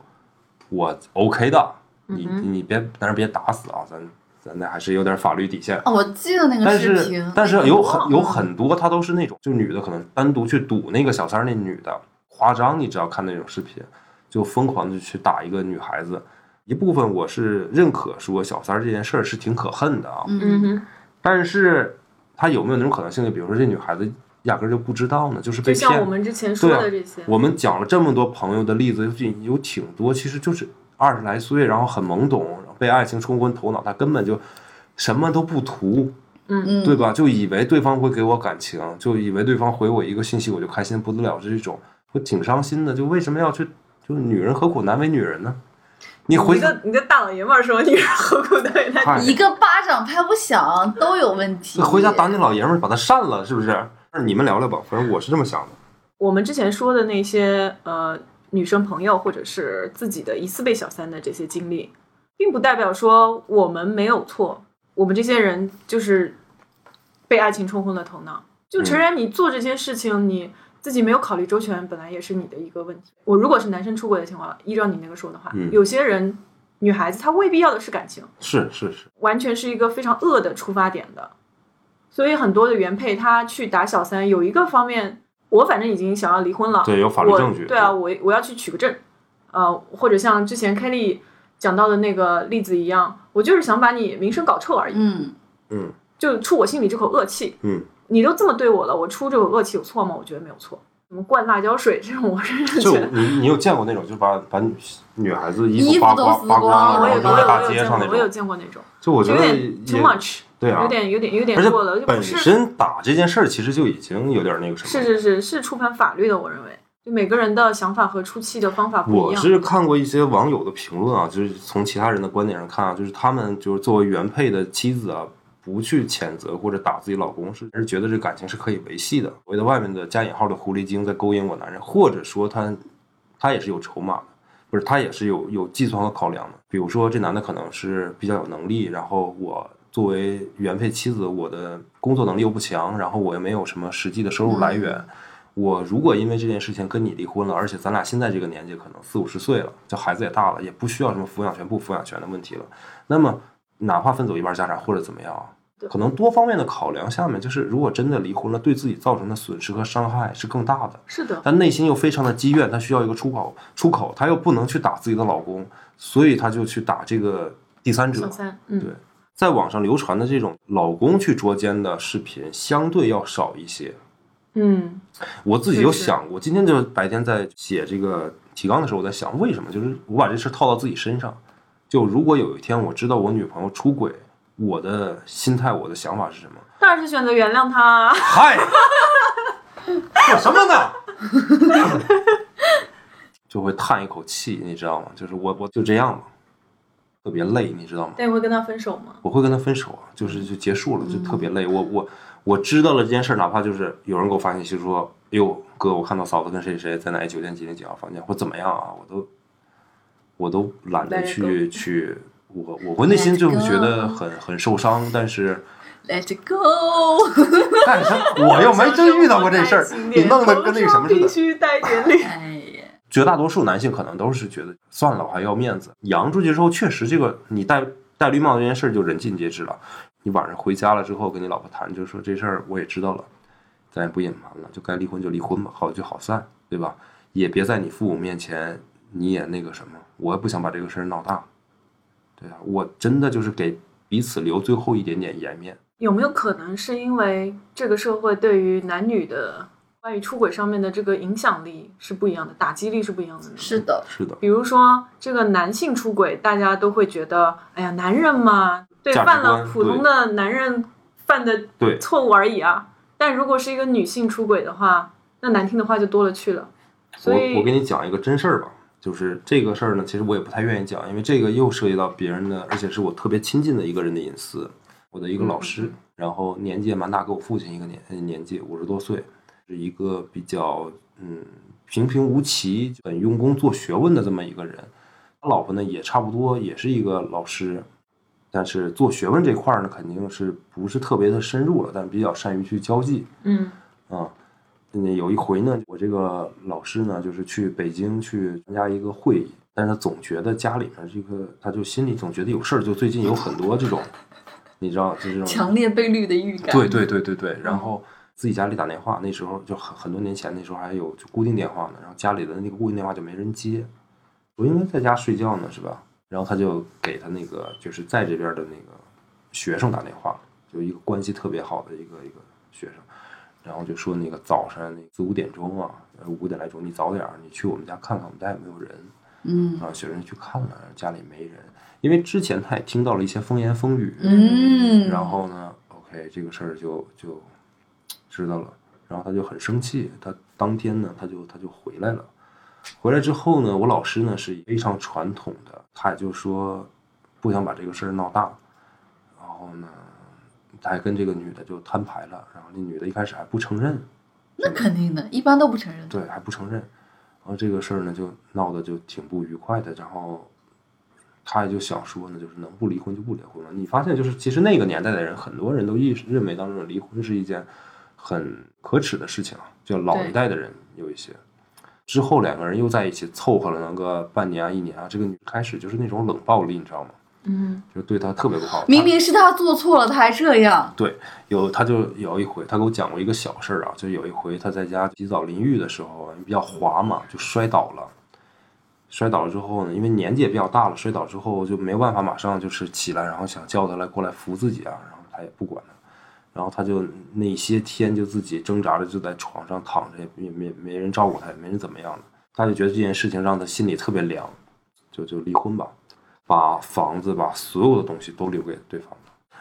我 OK 的，你你别，但是别打死啊，咱咱那还是有点法律底线。
哦我记得那个
但
视
是
频，嗯
但是有很有很多，他都是那种，就女的可能单独去堵那个小三儿，那女的夸张，你只要看那种视频，就疯狂的去打一个女孩子。一部分我是认可说小三儿这件事儿是挺可恨的啊，
嗯，
哼，
但是他有没有那种可能性呢？比如说这女孩子压根儿就不知道呢，就是被
就像我
骗。
们之前说
对啊
的这些，，
我们讲了这么多朋友的例子，就有挺多，其实就是二十来岁，然后很懵懂，然后被爱情冲昏头脑，他根本就什么都不图，
嗯
对吧？就以为对方会给我感情，就以为对方回我一个信息我就开心不得了，这种我挺伤心的。就为什么要去？就是女人何苦难为女人呢？你回
一个一个大老爷们儿说女人何苦对待
嗨
一个巴掌拍不响都有问题。
回家打你老爷们儿，把他扇了，是不是？你们聊聊吧，反正我是这么想的。
我们之前说的那些呃女生朋友或者是自己的疑似被小三的这些经历，并不代表说我们没有错，我们这些人就是被爱情冲昏了头脑。就诚然，你做这些事情，你自己没有考虑周全，本来也是你的一个问题。我如果是男生出轨的情况，依照你那个说的话，
嗯
有些人女孩子她未必要的是感情，
是是是，
完全是一个非常恶的出发点的。所以很多的原配他去打小三，有一个方面，我反正已经想要离婚了，
对，有法律
我
证据。
对啊，，我我要去取个证，呃，或者像之前 Kelly 讲到的那个例子一样，我就是想把你名声搞臭而已，
嗯，
嗯
就出我心里这口恶气。
嗯，
你都这么对我了，我出这口恶气有错吗？我觉得没有错。什么灌辣椒水这种，我真是
就
觉得。
你你有见过那种就把把女女孩子
衣
衣
服
扒
都
光
撕
扒
光
光
了
我
了，
有
然后扔
我
在
有
大
我有
街
见
上
过
那，
我有
种？
见过那种，
就我觉
有
得
点 too
也
much，
对啊
有，点有点有点
而且
过了，就
本
不是
身打这件事儿其实就已经有点那个什么。
是是是是触犯法律的，我认为就每个人的想法和出气的方法不一
我
样。
是看过一些网友的评论啊，就是从其他人的观点上看啊，就是他们就是作为原配的妻子啊，不去谴责或者打自己老公，是而是觉得这感情是可以维系的。所谓的外面的加引号的狐狸精在勾引我男人，或者说他他也是有筹码的，不是他也是有有计算和考量的。比如说这男的可能是比较有能力，然后我。作为原配妻子，我的工作能力又不强，然后我也没有什么实际的收入来源，我如果因为这件事情跟你离婚了，而且咱俩现在这个年纪可能四五十岁了，这孩子也大了，也不需要什么抚养权不抚养权的问题了。那么，哪怕分走一半家产或者怎么样啊
对，
可能多方面的考量下面，就是如果真的离婚了，对自己造成的损失和伤害是更大的。
是的，
她内心又非常的积怨，她需要一个出口，出口她又不能去打自己的老公，所以她就去打这个第三者
小。三，嗯
对，在网上流传的这种老公去捉奸的视频，相对要少一些。
嗯，
我自己有
是是
想过，今天就白天在写这个提纲的时候，我在想为什么，就是我把这事套到自己身上。就如果有一天我知道我女朋友出轨，我的心态、我的想法是什么？
当然是选择原谅他。
嗨，做什么呢？ 就会叹一口气，你知道吗？就是我，我就这样吧，特别累，你知道吗？
但你会跟他分手吗？
我会跟他分手啊，就是就结束了，就特别累。我我我知道了这件事儿，哪怕就是有人给我发信息说，哎呦哥，我看到嫂子跟谁谁在哪酒店几零几号房间，或怎么样啊，我都我都懒得嗯
懒得
去去，我我会内心就会觉得很很受伤，但是
Let it go，
干什么？我又没真遇到过这事 儿，你弄得跟那个什么似
必
的。
须带点力。
哎呀，
绝大多数男性可能都是觉得算了，我还要面子。扬出去之后，确实这个你戴戴绿帽这件事儿就人尽皆知了。你晚上回家了之后，跟你老婆谈，就说这事儿我也知道了，咱也不隐瞒了，就该离婚就离婚吧，好聚好散，对吧？也别在你父母面前你也那个什么，我也不想把这个事儿闹大，对啊，我真的就是给彼此留最后一点点颜面。
有没有可能是因为这个社会对于男女的关于出轨上面的这个影响力是不一样的，打击力是不一样的呢？
是的，
是的，
比如说这个男性出轨，大家都会觉得，哎呀，男人嘛，对，
价值
犯了
观
普通
对
的男人犯的
对
错误而已啊。但如果是一个女性出轨的话，那难听的话就多了去了。所以
我我给你讲一个真事儿吧，就是这个事儿呢，其实我也不太愿意讲，因为这个又涉及到别人的，而且是我特别亲近的一个人的隐私。我的一个
嗯
老师，然后年纪也蛮大，跟我父亲一个年呃年纪，五十多岁，是一个比较嗯平平无奇、很用功做学问的这么一个人。他老婆呢也差不多，也是一个老师，但是做学问这块儿呢，肯定是不是特别的深入了，但比较善于去交际。
嗯
啊。那有一回呢，我这个老师呢，就是去北京去参加一个会议，但是他总觉得家里面这个，他就心里总觉得有事儿，就最近有很多这种，你知道，就这种
强烈被绿的预感，
对对对对对，然后自己家里打电话，那时候就很很多年前，那时候还有就固定电话呢，然后家里的那个固定电话就没人接，我应该在家睡觉呢，是吧？然后他就给他那个就是在这边的那个学生打电话，就一个关系特别好的一个一个学生，然后就说那个早上那四五点钟啊，呃五点来钟，你早点儿你去我们家看看我们家有没有人，
嗯
然后学生去看了，家里没人，因为之前他也听到了一些风言风语，
嗯，
然后呢，OK，这个事儿就就知道了，然后他就很生气，他当天呢，他就他就回来了，回来之后呢，我老师呢是非常传统的，他也就说不想把这个事儿闹大，然后呢，他还跟这个女的就摊牌了，然后那女的一开始还不承认，
那肯定的，一般都不承认，
对，还不承认。然后这个事儿呢，就闹得就挺不愉快的。然后他他也就想说呢，就是能不离婚就不离婚了。你发现就是，其实那个年代的人，很多人都意识认为当中离婚是一件很可耻的事情啊，就老一代的人有一些。之后两个人又在一起凑合了那个半年啊一年啊，这个女开始就是那种冷暴力，你知道吗？
嗯，
就对她特别不好。
明明是他做错了，他还这样。
有，他就有一回，他给我讲过一个小事儿啊，就有一回他在家洗澡淋浴的时候啊，比较滑嘛，就摔倒了。摔倒了之后呢，因为年纪也比较大了，摔倒之后就没有办法马上就是起来，然后想叫他来过来扶自己啊，然后他也不管他，然后他就那些天就自己挣扎着就在床上躺着，也也没没人照顾他，也没人怎么样的，他就觉得这件事情让他心里特别凉，就就离婚吧，把房子把所有的东西都留给对方。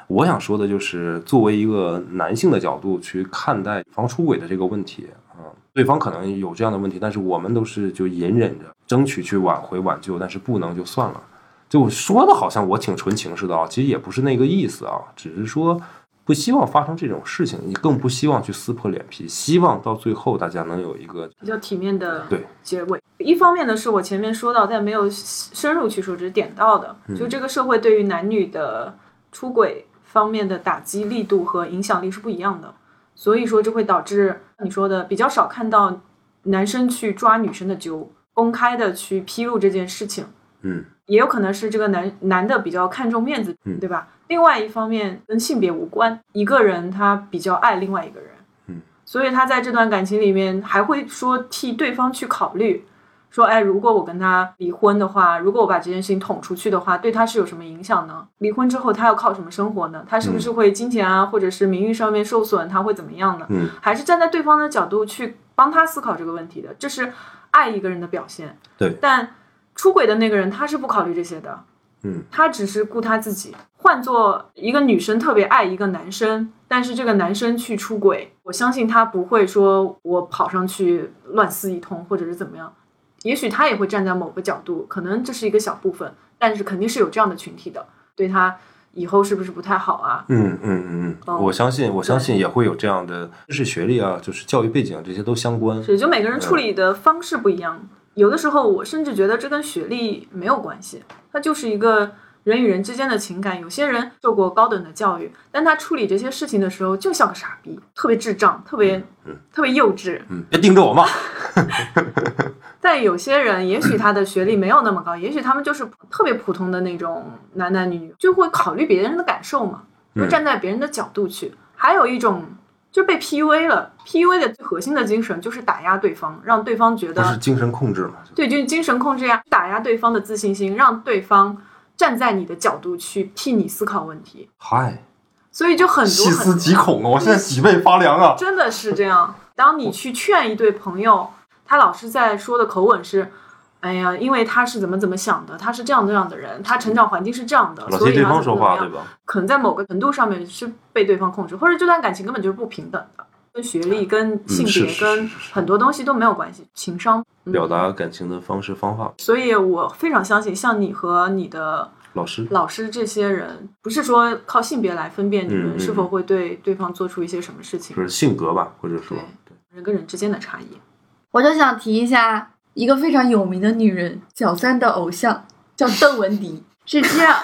我想说的就是，作为一个男性的角度去看待女方出轨的这个问题啊、对方可能有这样的问题，但是我们都是就隐忍着，争取去挽回挽救，但是不能就算了。就我说的好像我挺纯情似的啊，其实也不是那个意思啊，只是说不希望发生这种事情，你更不希望去撕破脸皮，希望到最后大家能有一个
比较体面的
对
结尾。一方面呢，是我前面说到，但没有深入去说，只是点到的，
嗯
就这个社会对于男女的出轨方面的打击力度和影响力是不一样的，所以说这会导致你说的比较少看到男生去抓女生的阄，公开的去披露这件事情。
嗯
也有可能是这个男男的比较看重面子
嗯，
对吧？另外一方面跟性别无关，一个人他比较爱另外一个人，
嗯，
所以他在这段感情里面还会说替对方去考虑，说哎，如果我跟他离婚的话，如果我把这件事情捅出去的话，对他是有什么影响呢？离婚之后他要靠什么生活呢？他是不是会金钱啊，或者是名誉上面受损？他会怎么样呢？
嗯，
还是站在对方的角度去帮他思考这个问题的，这是爱一个人的表现。
对，
但出轨的那个人他是不考虑这些的，
嗯，
他只是顾他自己。换做一个女生特别爱一个男生，但是这个男生去出轨，我相信他不会说我跑上去乱撕一通，或者是怎么样。也许他也会站在某个角度，可能这是一个小部分，但是肯定是有这样的群体的，对他以后是不是不太好啊？
嗯嗯嗯嗯，
嗯
我相信我相信也会有这样的知识学历啊，就是教育背景这些都相关。
是，就每个人处理的方式不一样。有的时候，我甚至觉得这跟学历没有关系，它就是一个人与人之间的情感。有些人受过高等的教育，但他处理这些事情的时候就像个傻逼，特别智障，特别、特别幼稚。
嗯，别盯着我骂。
但有些人，也许他的学历没有那么高，也许他们就是特别普通的那种男男女女，就会考虑别人的感受嘛，就
嗯
站在别人的角度去。还有一种就被 PUA 了，PUA 的最核心的精神就是打压对方，让对方觉
不
得
是精神控制嘛？就
对，就是精神控制呀，啊打压对方的自信心，让对方站在你的角度去替你思考问题，
嗨，
所以就很多
细
很
思
多
极恐啊！我现在脊背发凉啊！
真的是这样。当你去劝一对朋友，他老是在说的口吻是。哎呀，因为他是怎么怎么想的，他是这样这样的人，他成长环境是这样的，
老
所
替
以
对
他
方
怎
说
么怎么
话，对
样，
吧？
可能在某个程度上面是被对方控制，或者这段感情根本就是不平等的，跟学历、跟性
嗯是
别、
是
跟
是是
很多东西都没有关系，情商。嗯
表达感情的方式方法，
所以我非常相信，像你和你的
老师，
老师这些人，不是说靠性别来分辨
嗯
你
嗯
们
嗯
是否会对对方做出一些什么事情
就，是性格吧，或者说，
人跟人之间的差异。
我就想提一下一个非常有名的女人，小三的偶像叫邓文迪，是这样。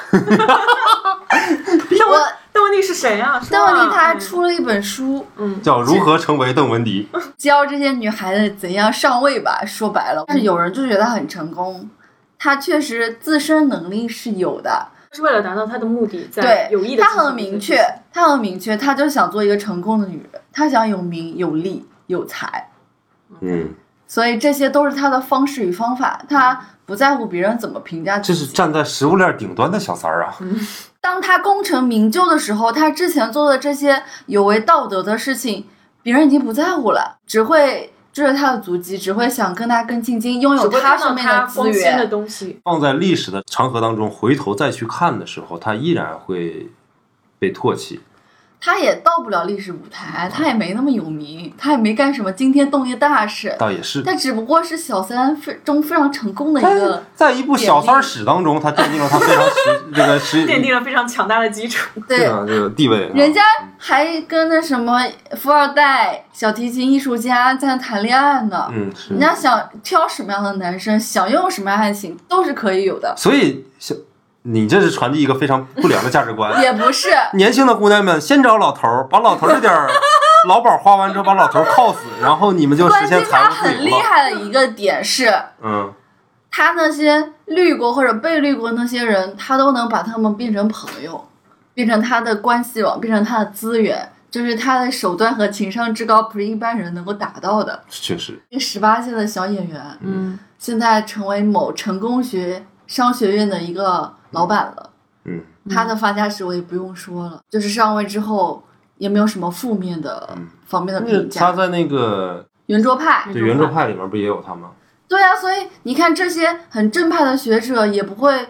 邓
我
文邓文迪是谁啊？
邓文迪她
嗯
出了一本书，
嗯
叫如何成为邓文迪？
教这些女孩子怎样上位吧。说白了，但是有人就觉得很成功，她确实自身能力是有的，
是为了达到他的目的，在
对
有意，的
她很明确，她很明确，她就想做一个成功的女人，她想有名有利有才，
嗯，
所以这些都是她的方式与方法，她不在乎别人怎么评价
这
自己。
是站在食物链顶端的小三儿啊！
嗯
当她功成名就的时候，她之前做的这些有违道德的事情，别人已经不在乎了，只会。追着她的足迹，只会想跟她更亲近，拥有
只会
她
看到
上面
他
资
光鲜
源
的。东西。
放在历史的长河当中，回头再去看的时候，他依然会被唾弃。
他也到不了历史舞台，他也没那么有名，他也没干什么惊天动地大事，
倒也是，
他只不过是小三非中非常成功的一
哎
个，
在一部小三儿史当中，他奠定了他非常实 这个 实
奠定了非常强大的基础，
对，
啊，这个地位啊，
人家还跟那什么富二代、小提琴艺术家在谈恋爱呢。
嗯是
人。家想挑什么样的男生，想用什么样的爱情都是可以有的。
所以小你这是传递一个非常不良的价值观。
也不是，
年轻的姑娘们先找老头儿，把老头儿这点儿劳保花完之后，把老头儿铐死，然后你们就实
关键
现财
他
务自
很
由
厉
了。
害的一个点是，
嗯，
他那些绿过或者被绿过那些人，他都能把他们变成朋友，变成他的关系网，变成他的资源，就是他的手段和情商之高，不是一般人能够达到的。
确实，
这十八岁的小演员，
嗯，
现在成为某成功学商学院的一个老板了，
嗯，
他的发家史我也不用说了，就是上位之后也没有什么负面的
嗯
方面的
那
评价。
他在那个
圆桌派，
对圆桌派里面不也有他吗？
对啊，所以你看这些很正派的学者也不会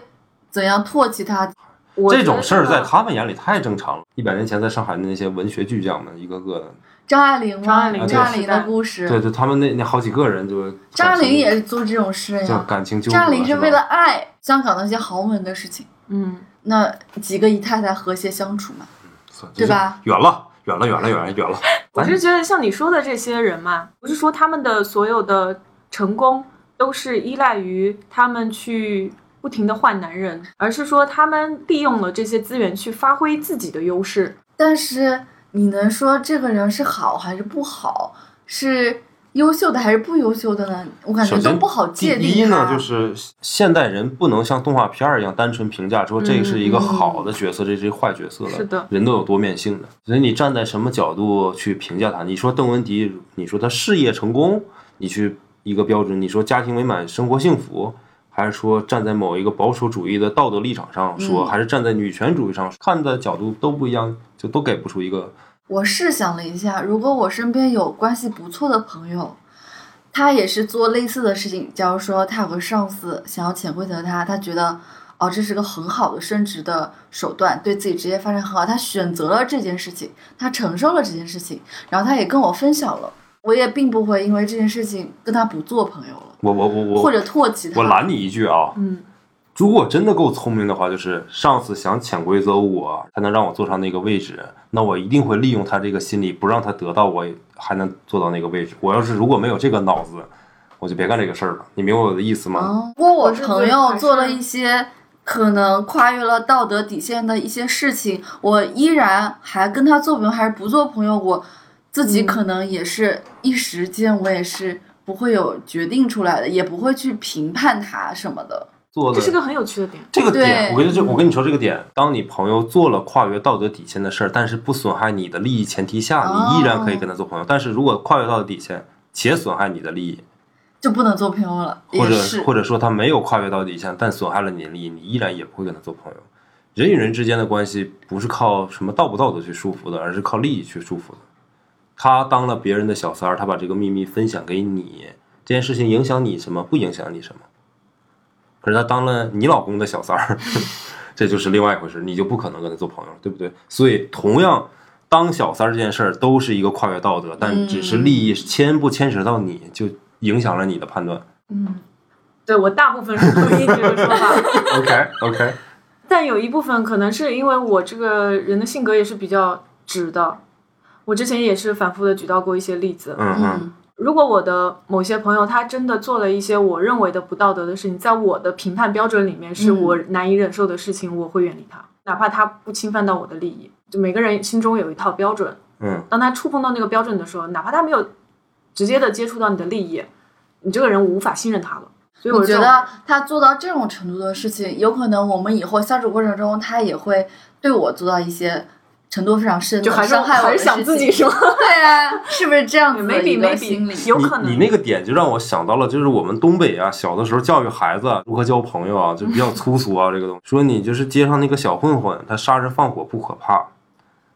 怎样唾弃他。
我
这种事儿
觉得
在他们眼里太正常了。一百年前在上海的那些文学巨匠们，一个个的，
张爱玲吗？
张爱玲
张爱
对
玲的故事，
对对，他们那那好几个人就
张爱玲也是做这种事
就
呀。
感情纠葛。
张爱玲是
是吧
为了爱香港那些豪门的事情，
嗯，
那几个姨太太和谐相处嘛。
算
对吧？
就是远了，远了，远了，远了，远了。
我是觉得像你说的这些人嘛，不是说他们的所有的成功都是依赖于他们去不停的换男人，而是说他们利用了这些资源去发挥自己的优势。
但是你能说这个人是好还是不好，是优秀的还是不优秀的呢？我感觉
首先
都不好界定
第一呢，
他
就是现代人不能像动画片儿一样单纯评
嗯
价说这个是一个好的角色，这是一个坏角色了。
是的，
人都有多面性的，所以你站在什么角度去评价他？你说邓文迪，你说他事业成功，你去一个标准；你说家庭美满，生活幸福。还是说站在某一个保守主义的道德立场上说，
嗯
还是站在女权主义上说看的角度都不一样，就都给不出一个
我试想了一下，如果我身边有关系不错的朋友，他也是做类似的事情，假如说他有个上司想要潜规则他，他觉得哦这是个很好的升职的手段，对自己职业发展很好，他选择了这件事情，他承受了这件事情，然后他也跟我分享了，我也并不会因为这件事情跟他不做朋友了，
我我我我
或者唾弃他。
我拦你一句啊，
嗯，
如果真的够聪明的话，就是上司想潜规则我，才能让我坐上那个位置，那我一定会利用他这个心理，不让他得到我，还能坐到那个位置。我要是如果没有这个脑子，我就别干这个事儿了。你明白我的意思吗？
哦，不过我
我是
朋
对
友
还
做了
是
一些可能跨越了道德底线的一些事情，我依然还跟他做朋友，还是不做朋友，我自己
嗯
可能也是一时间，我也是不会有决定出来的，也不会去评判他什么的。
做的
这是个很有趣的点。
这个点，
对
我跟你这，我跟你说这个点，当你朋友做了跨越道德底线的事儿，但是不损害你的利益前提下，你依
哦
然可以跟他做朋友。但是如果跨越道德底线且损害你的利益，
就不能做朋友了，
或
也
者
是
或者说他没有跨越到底线，但损害了你的利益，你依然也不会跟他做朋友。人与人之间的关系不是靠什么道不道德去束缚的，而是靠利益去束缚的。他当了别人的小三儿，他把这个秘密分享给你，这件事情影响你什么？不影响你什么？可是他当了你老公的小三儿， 这就是另外一回事，你就不可能跟他做朋友了，对不对？所以同样。当小三儿这件事儿都是一个跨越道德，但只
嗯
是利益牵不牵扯到你，就影响了你的判断。
嗯，对我大部分是同意这个说法，
OK OK，
但有一部分可能是因为我这个人的性格也是比较直的。我之前也是反复的举到过一些例子，
嗯嗯，
嗯，
如果我的某些朋友他真的做了一些我认为的不道德的事情，在我的评判标准里面是我
嗯
难以忍受的事情，我会远离他，哪怕他不侵犯到我的利益。就每个人心中有一套标准，
嗯，
当他触碰到那个标准的时候，哪怕他没有直接的接触到你的利益，你这个人无法信任他了。所以
我
我是
觉
这样
得他做到这种程度的事情，有可能我们以后相处过程中，他也会对我做到一些程度非常深
就
的
还是
伤害我
还
的
是想
事
自己
情
说，
对啊，是不是这样子的一
maybe
个心理？
maybe 有可能
你你那个点就让我想到了，就是我们东北啊，小的时候教育孩子啊如何交朋友啊，就 比较粗俗啊，这个东西。说你就是街上那个小混混，他杀人放火不可怕，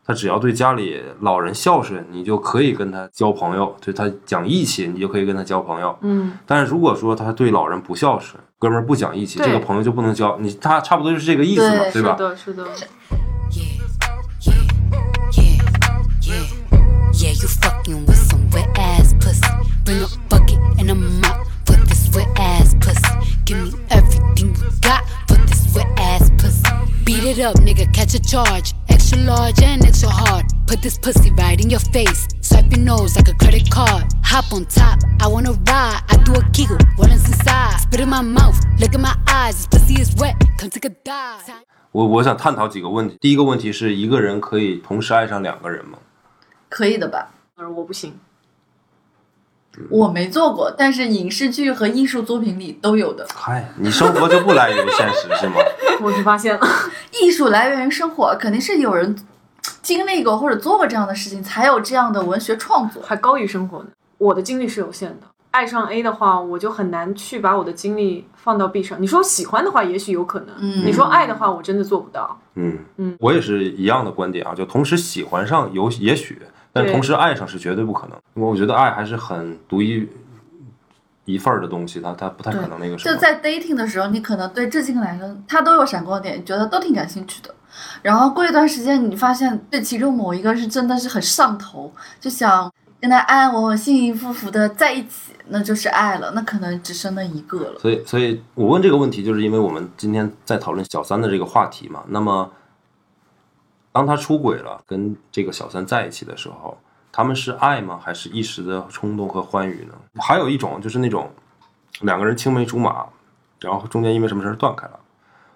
他只要对家里老人孝顺，你就可以跟他交朋友。就他讲义气，你就可以跟他交朋友。
嗯，
但是如果说他对老人不孝顺，哥们儿不讲义气，
对
这个朋友就不能交。你他差不多就是这个意思嘛，
对
对吧？
是的，是的。
Yeah, yeah, yeah, yeah. You fucking with some wet ass pussy. Bring a bucket and a mop. Put this wet ass pussy. Give me everything you got. Put this wet ass pussy. Beat it up, nigga. Catch a charge. Extra large and extra hard. Put this pussy right in your face. Swipe your nose like a credit card. Hop on top, I wanna ride. I do a giggle, what is inside? Spit in my mouth, look in my eyes. This pussy is wet, come take a dive.
我我想探讨几个问题。第一个问题是一个人可以同时爱上两个人吗？
可以的吧？
而我不行，
我没做过，但是影视剧和艺术作品里都有的。
嗨，你生活就不来源于现实是吗？
我只发现了，
艺术来源于生活，肯定是有人经历过或者做过这样的事情，才有这样的文学创作。
还高于生活呢。我的精力是有限的，爱上 A 的话，我就很难去把我的精力放到 B 上。你说喜欢的话，也许有可能；
嗯
你说爱的话，我真的做不到。
嗯
嗯
我也是一样的观点啊，就同时喜欢上有也许，但
对
同时爱上是绝对不可能。我觉得爱还是很独一一份儿的东西，它它不太可能那个什
就
么。
在 dating 的时候，你可能对这几个男生他都有闪光点，你觉得都挺感兴趣的。然后过一段时间，你发现对其中某一个是真的是很上头，就想跟他安安稳稳、幸幸福福的在一起，那就是爱了。那可能只剩那一个了。
所以，所以我问这个问题，就是因为我们今天在讨论小三的这个话题嘛。那么，当他出轨了，跟这个小三在一起的时候，他们是爱吗？还是一时的冲动和欢愉呢？还有一种就是那种两个人青梅竹马，然后中间因为什么事儿断开了，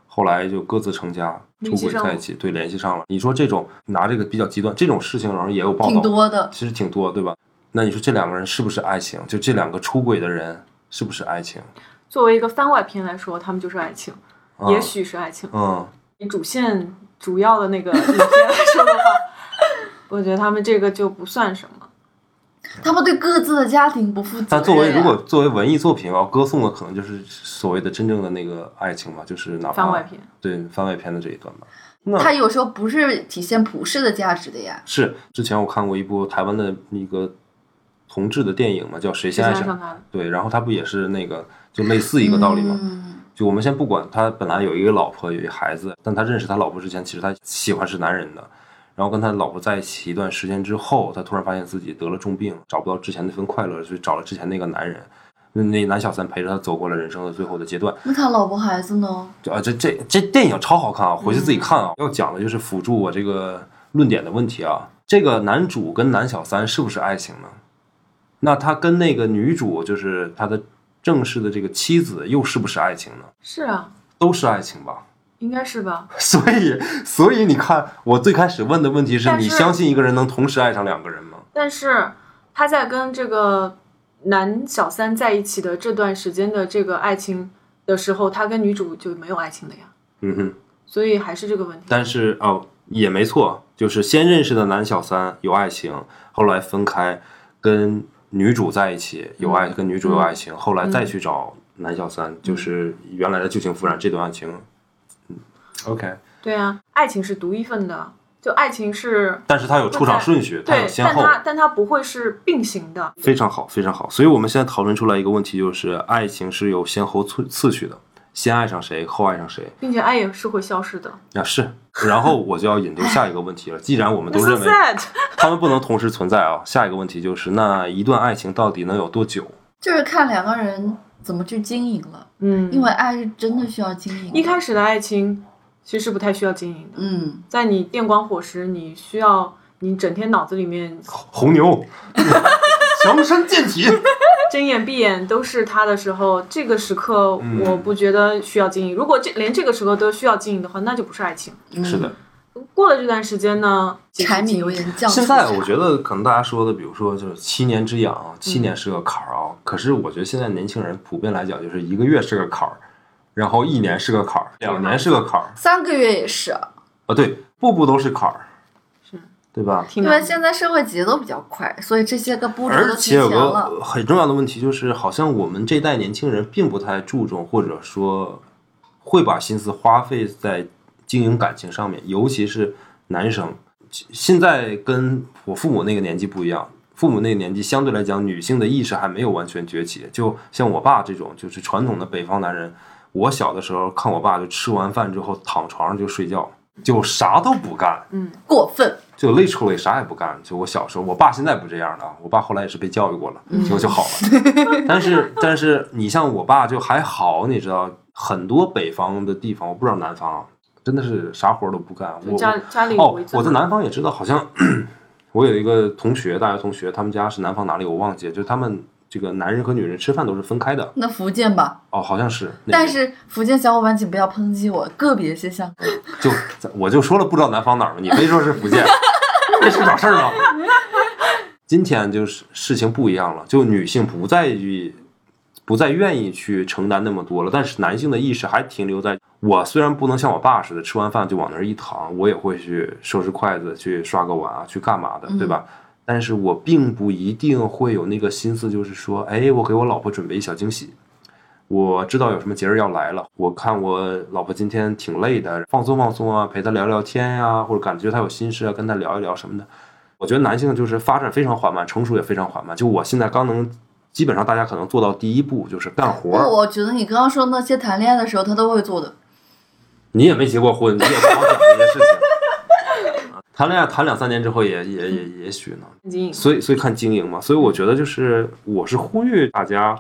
后来就各自成家，出
联系
轨
上
在一起，对，联系上了。你说这种拿这个比较极端，这种事情，然后也有报道，
挺多的，
其实挺多，对吧？那你说这两个人是不是爱情？就这两个出轨的人是不是爱情？
作为一个番外篇来说，他们就是爱情，
啊
也许是爱情。
嗯。
以主线主要的那个影片来说的话， 我觉得他们这个就不算什么。
他们对各自的家庭不负责任呀。啊
但作为如果作为文艺作品啊，歌颂的可能就是所谓的真正的那个爱情嘛，就是哪怕
番外篇，
对番外篇的这一段吧。
他有时候不是体现普世的价值的呀。
是之前我看过一部台湾的那个同志的电影嘛，叫《谁
就
先爱
像
上
上》。他的
对，然后他不也是那个就类似一个道理嘛。
嗯，
就我们先不管他本来有一个老婆，有一个孩子，但他认识他老婆之前，其实他喜欢是男人的。然后跟他老婆在一起一段时间之后，他突然发现自己得了重病，找不到之前那份快乐，所以找了之前那个男人。那那男小三陪着他走过了人生的最后的阶段，
那他老婆孩子呢？
就啊，这这这电影超好看啊，回去自己看啊。要讲的就是辅助我这个论点的问题啊。这个男主跟男小三是不是爱情呢？那他跟那个女主，就是他的正式的这个妻子，又是不是爱情呢？
是啊，
都是爱情吧。
应该是吧？
所以，所以你看，我最开始问的问题是
但
你
是
相信一个人能同时爱上两个人吗？
但是他在跟这个男小三在一起的这段时间的这个爱情的时候，他跟女主就没有爱情了呀，
嗯哼，
所以还是这个问题。
但是哦，也没错，就是先认识的男小三有爱情，后来分开，跟女主在一起有
嗯
爱，跟女主有爱情，后来再去找男小三，就是原来的旧情复燃这段爱情。嗯，OK，
对啊，爱情是独一份的，就爱情是
但是它有出场顺序，它
对
有，先
但
后。
它但它不会是并行的。
非常好，非常好。所以我们现在讨论出来一个问题，就是爱情是有先后次次序的，先爱上谁，后爱上谁
并且爱也是会消失的。
啊？是。然后我就要引流下一个问题了。既然我们
That's
都
so
认为
sad。
他们不能同时存在啊，下一个问题就是，那一段爱情到底能有多久？
就是看两个人怎么去经营了。
嗯，
因为爱是真的需要经营的。
一开始的爱情其实不太需要经营的，
嗯，
在你电光火石，你需要你整天脑子 里面
红牛，强身健体。
睁眼闭眼都是他的时候，这个时刻
嗯
我不觉得需要经营。如果这连这个时刻都需要经营的话，那就不是爱情。
嗯
是的，，
过了这段时间呢，
柴米油盐酱醋
现
茶。
在我觉得可能大家说的，比如说就是七年之痒啊，七年是个坎儿啊。可是我觉得现在年轻人普遍来讲，就是一个月是个坎儿，然后一年是个坎儿，两年是个坎儿。
三个月也是，
啊，对，步步都是坎儿，
是，
对吧？
挺
因
难
为
的
现在社会节奏比较快，所以这些个步骤
而
都提
且
前
有个
了。
呃很重要的问题就是，好像我们这代年轻人并不太注重，或者说会把心思花费在经营感情上面，尤其是男生。其现在跟我父母那个年纪不一样，父母那个年纪相对来讲，女性的意识还没有完全崛起。就像我爸这种，就是传统的北方男人，我小的时候看我爸就吃完饭之后躺床上就睡觉，就啥都不干。
过分，
就累出来啥也不干。就我小时候，我爸现在不这样了，啊我爸后来也是被教育过了，
嗯
结果就好 了。但是但是你像我爸就还好，你知道，很多北方的地方，我不知道南方啊真的是啥活儿都不干。
就
我
家家里
哦
围，着
我在南方也知道，好像 我有一个同学，大学同学，他们家是南方哪里我忘记了，就是他们这个男人和女人吃饭都是分开的。
那福建吧，
哦，好像是。那
但
个
是福建小伙伴请不要抨击我个别现象。
就我就说了，不知道南方哪儿嘛，你非说是福建，那是找事儿吗？ 今天就是事情不一样了，就女性不再意，不再愿意去承担那么多了，但是男性的意识还停留在我虽然不能像我爸似的吃完饭就往那儿一躺，我也会去收拾筷子、去刷个碗啊、去干嘛的，对吧？但是我并不一定会有那个心思，就是说，哎，我给我老婆准备一小惊喜，我知道有什么节日要来了，我看我老婆今天挺累的，放松放松啊，陪她聊聊天呀、或者感觉她有心事啊，跟她聊一聊什么的。我觉得男性就是发展非常缓慢，成熟也非常缓慢。就我现在刚能，基本上大家可能做到第一步就是干活
不，
儿。
我觉得你刚刚说那些谈恋爱的时候，他都会做的。
你也没结过婚，你也不好讲这些事情。啊谈恋爱谈两三年之后也也也也许呢，
已经
所以所以看经营嘛，所以我觉得就是我是呼吁大家，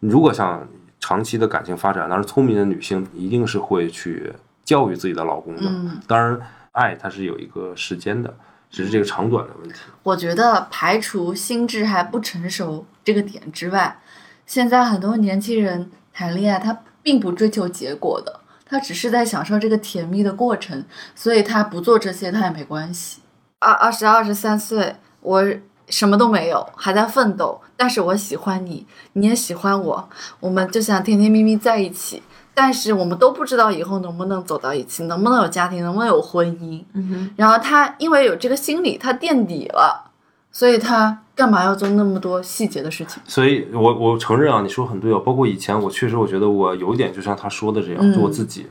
如果想长期的感情发展，当然聪明的女性一定是会去教育自己的老公的。
嗯
当然，爱它是有一个时间的，只是这个长短的问题。
我觉得排除心智还不成熟这个点之外，现在很多年轻人谈恋爱，他并不追求结果的，他只是在享受这个甜蜜的过程，所以他不做这些他也没关系。二二十二十三岁，我什么都没有，还在奋斗，但是我喜欢你，你也喜欢我，我们就想甜甜蜜蜜在一起。但是我们都不知道以后能不能走到一起，能不能有家庭，能不能有婚姻。
嗯哼，
然后他因为有这个心理，他垫底了，所以他干嘛要做那么多细节的事情？
所以我，我承认啊，你说很对啊，包括以前我确实我觉得我有一点就像他说的这样，
嗯
做我自己。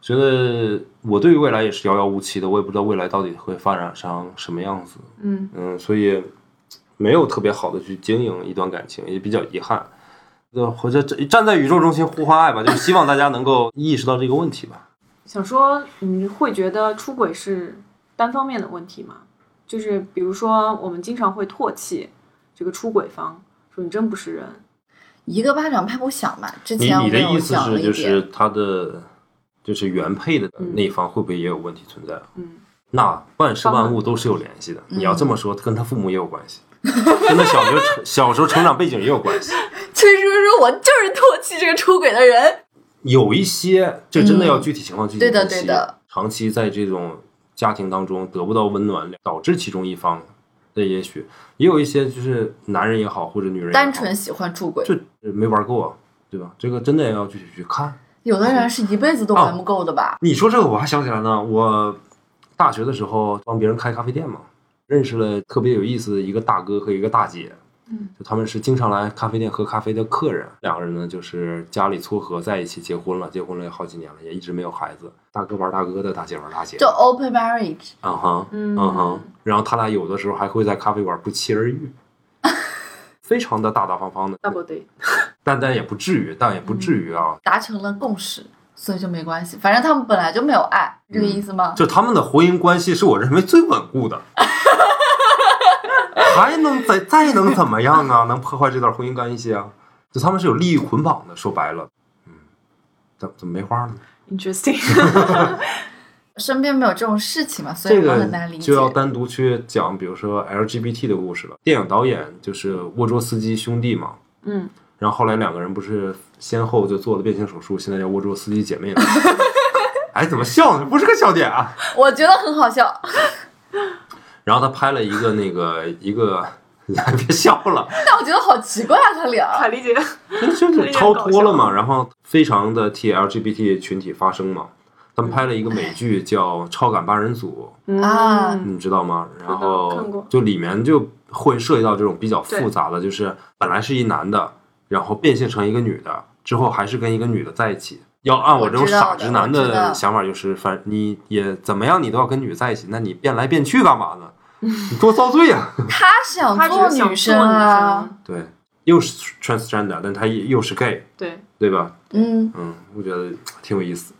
觉得我对于未来也是遥遥无期的，我也不知道未来到底会发展成什么样子。
嗯，
嗯，所以没有特别好的去经营一段感情，也比较遗憾。呃，或者这站在宇宙中心呼唤爱吧，就是希望大家能够意识到这个问题 吧。
想说你会觉得出轨是单方面的问题吗？就是比如说我们经常会唾弃这个出轨方，说你真不是人，
一个巴掌拍不响嘛。之
你
前我
你的
们
意
有
思
讲了
是，
一
就
点，
是他的就是原配的
嗯
那一方会不会也有问题存在？
嗯，
那万事万物都是有联系的。你要
嗯
这么说，跟他父母也有关系，跟他小学成 小时候成长背景也有关系。
崔叔叔，我就是唾弃这个出轨的人。
有一些，这真的要具体情况具体
嗯对的
分析
对的
长期在这种家庭当中得不到温暖，导致其中一方，那也许也有一些就是男人也好或者女人也好
单纯喜欢出轨，
就没玩够，对吧？这个真的要具体去看。
有的人是一辈子都玩不够的吧？
你说这个我还想起来呢，我大学的时候帮别人开咖啡店嘛，认识了特别有意思的一个大哥和一个大姐。
嗯，
就他们是经常来咖啡店喝咖啡的客人，两个人呢就是家里撮合在一起结婚了，结婚了好几年了，也一直没有孩子。大哥玩大哥的，大姐玩大姐
就
的，
open marriage，
嗯哼，
嗯
哼。然后他俩有的时候还会在咖啡馆不期而 遇，非常的大大方方的，
double date，
但但也不至于，但也不
嗯
至于啊，
达成了共识，所以就没关系。反正他们本来就没有爱，这个意思吗？
嗯就他们的婚姻关系是我认为最稳固的，还能再再能怎么样啊？能破坏这段婚姻关系啊？就他们是有利益捆绑的，说白了，嗯，怎怎么没花呢？
Interesting，
身边没有这种事情嘛，所以
这
我
个
很难理解。
就要单独去讲，比如说 LGBT 的故事了。电影导演就是沃卓斯基兄弟嘛，
嗯，
然后后来两个人不是先后就做了变性手术，现在叫沃卓斯基 姐妹了。哎，怎么笑呢？不是个笑点啊！
我觉得很好笑，
然后他拍了一个那个一个， 哎别笑了，
但我觉得好奇怪啊，他俩
凯丽姐，
就是超脱了嘛，然后非常的替 LGBT 群体发声嘛。他们拍了一个美剧叫《超感八人组
嗯
啊》，
你知道吗？然
看过
后就里面就会涉及到这种比较复杂的，就是本来是一男的，然后变性成一个女的，之后还是跟一个女的在一起。要按我这种
我知道
傻直男
我知道
的想法，就是反你也怎么样，你都要跟女的在一起，那你变来变去干嘛呢？你多遭罪啊！
他想
她只
做
是想
女生
做女
啊，
生，
对，又是 transgender，但他也又是 gay，
对，
对吧？
嗯，
嗯，我觉得挺有意思。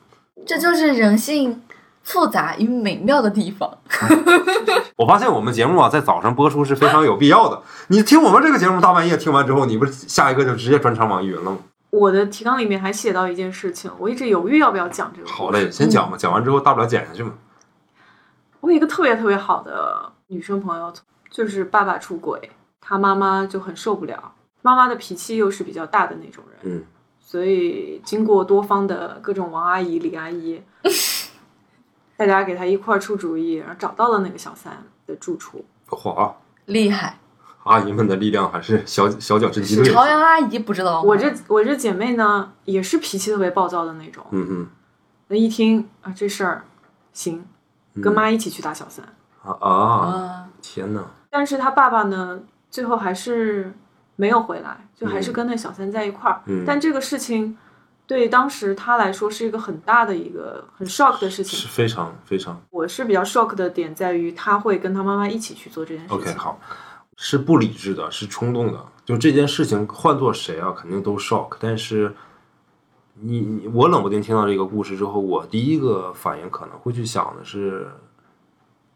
这就是人性复杂与美妙的地方。
我发现我们节目啊，在早上播出是非常有必要的。你听我们这个节目，大半夜听完之后，你不是下一个就直接转场网易云了吗？
我的提纲里面还写到一件事情，我一直犹豫要不要讲这个。
好嘞，，先讲吧，讲完之后大不了剪下去嘛。
我有一个特别特别好的女生朋友，就是爸爸出轨，她妈妈就很受不了，妈妈的脾气又是比较大的那种人，
嗯，
所以经过多方的各种王阿姨、李阿 姨，大家给她一块儿出主意，然后找到了那个小三的住处。
哇，
厉害。
阿姨们的力量还是小小脚侦缉队。
朝阳阿姨不知道吗
我这我这姐妹呢，也是脾气特别暴躁的那种，
嗯嗯，
那一听啊这事儿行，
嗯
跟妈一起去打小三。
啊啊！
啊，
天哪，
但是他爸爸呢，最后还是没有回来，就还是跟那小三在一块儿。
嗯
但这个事情对当时他来说是一个很大的一个很 shock 的事
是
情。
非常非常
我是比较 shock 的点在于，他会跟他妈妈一起去做这件事情。
OK 好，是不理智的，是冲动的。就这件事情换做谁啊，肯定都 shock。但是你你我冷不丁听到这个故事之后，我第一个反应可能会去想的是，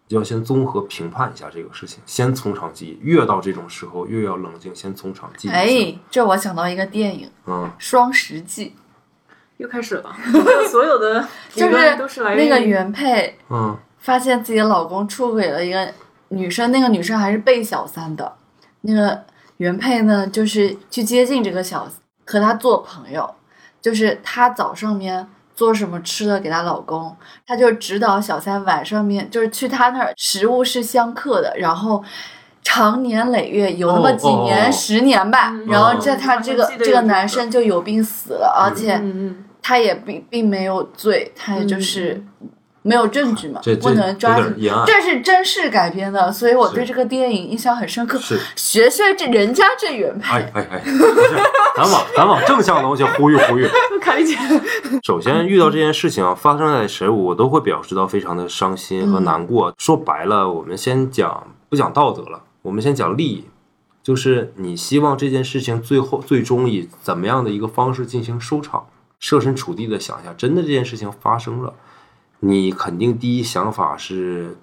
要先综合评判一下这个事情，先从长计议。越到这种时候，越要冷静，先从长计议。
哎，这我想到一个电影《
嗯，
双十记
又开始了， 这个所有的》，
就
评论都
是
是来源
那
于
个原配
嗯
发现自己老公出轨了一个女生，那个女生还是被小三的，那个原配呢就是去接近这个小和她做朋友，就是她早上面做什么吃的给她老公，她就指导小三晚上面就是去她那儿食物是相克的，然后。长年累月有那么几年、
哦哦哦
十年吧，
嗯
然后
哦
这他这个
我记得
这
有
个
这
男
个
生就有病死了，而且
嗯嗯，
他也并并没有罪，他也就是没有证据嘛
这，这
不能抓
有点
住。
严暗。
这是真事改编的，所以我对
是
这个电影印象很深刻。
是，
学学这人家这原配，
哎哎哎，不是，咱往咱往正向的东西呼吁呼吁。
那凯丽姐，
首先遇到这件事情啊，发生在谁，我都会表示到非常的伤心和难过。说白了，我们先讲不讲道德了，我们先讲利益，就是你希望这件事情最后最终以怎么样的一个方式进行收场。设身处地的想一下，真的这件事情发生了，你肯定第一想法是，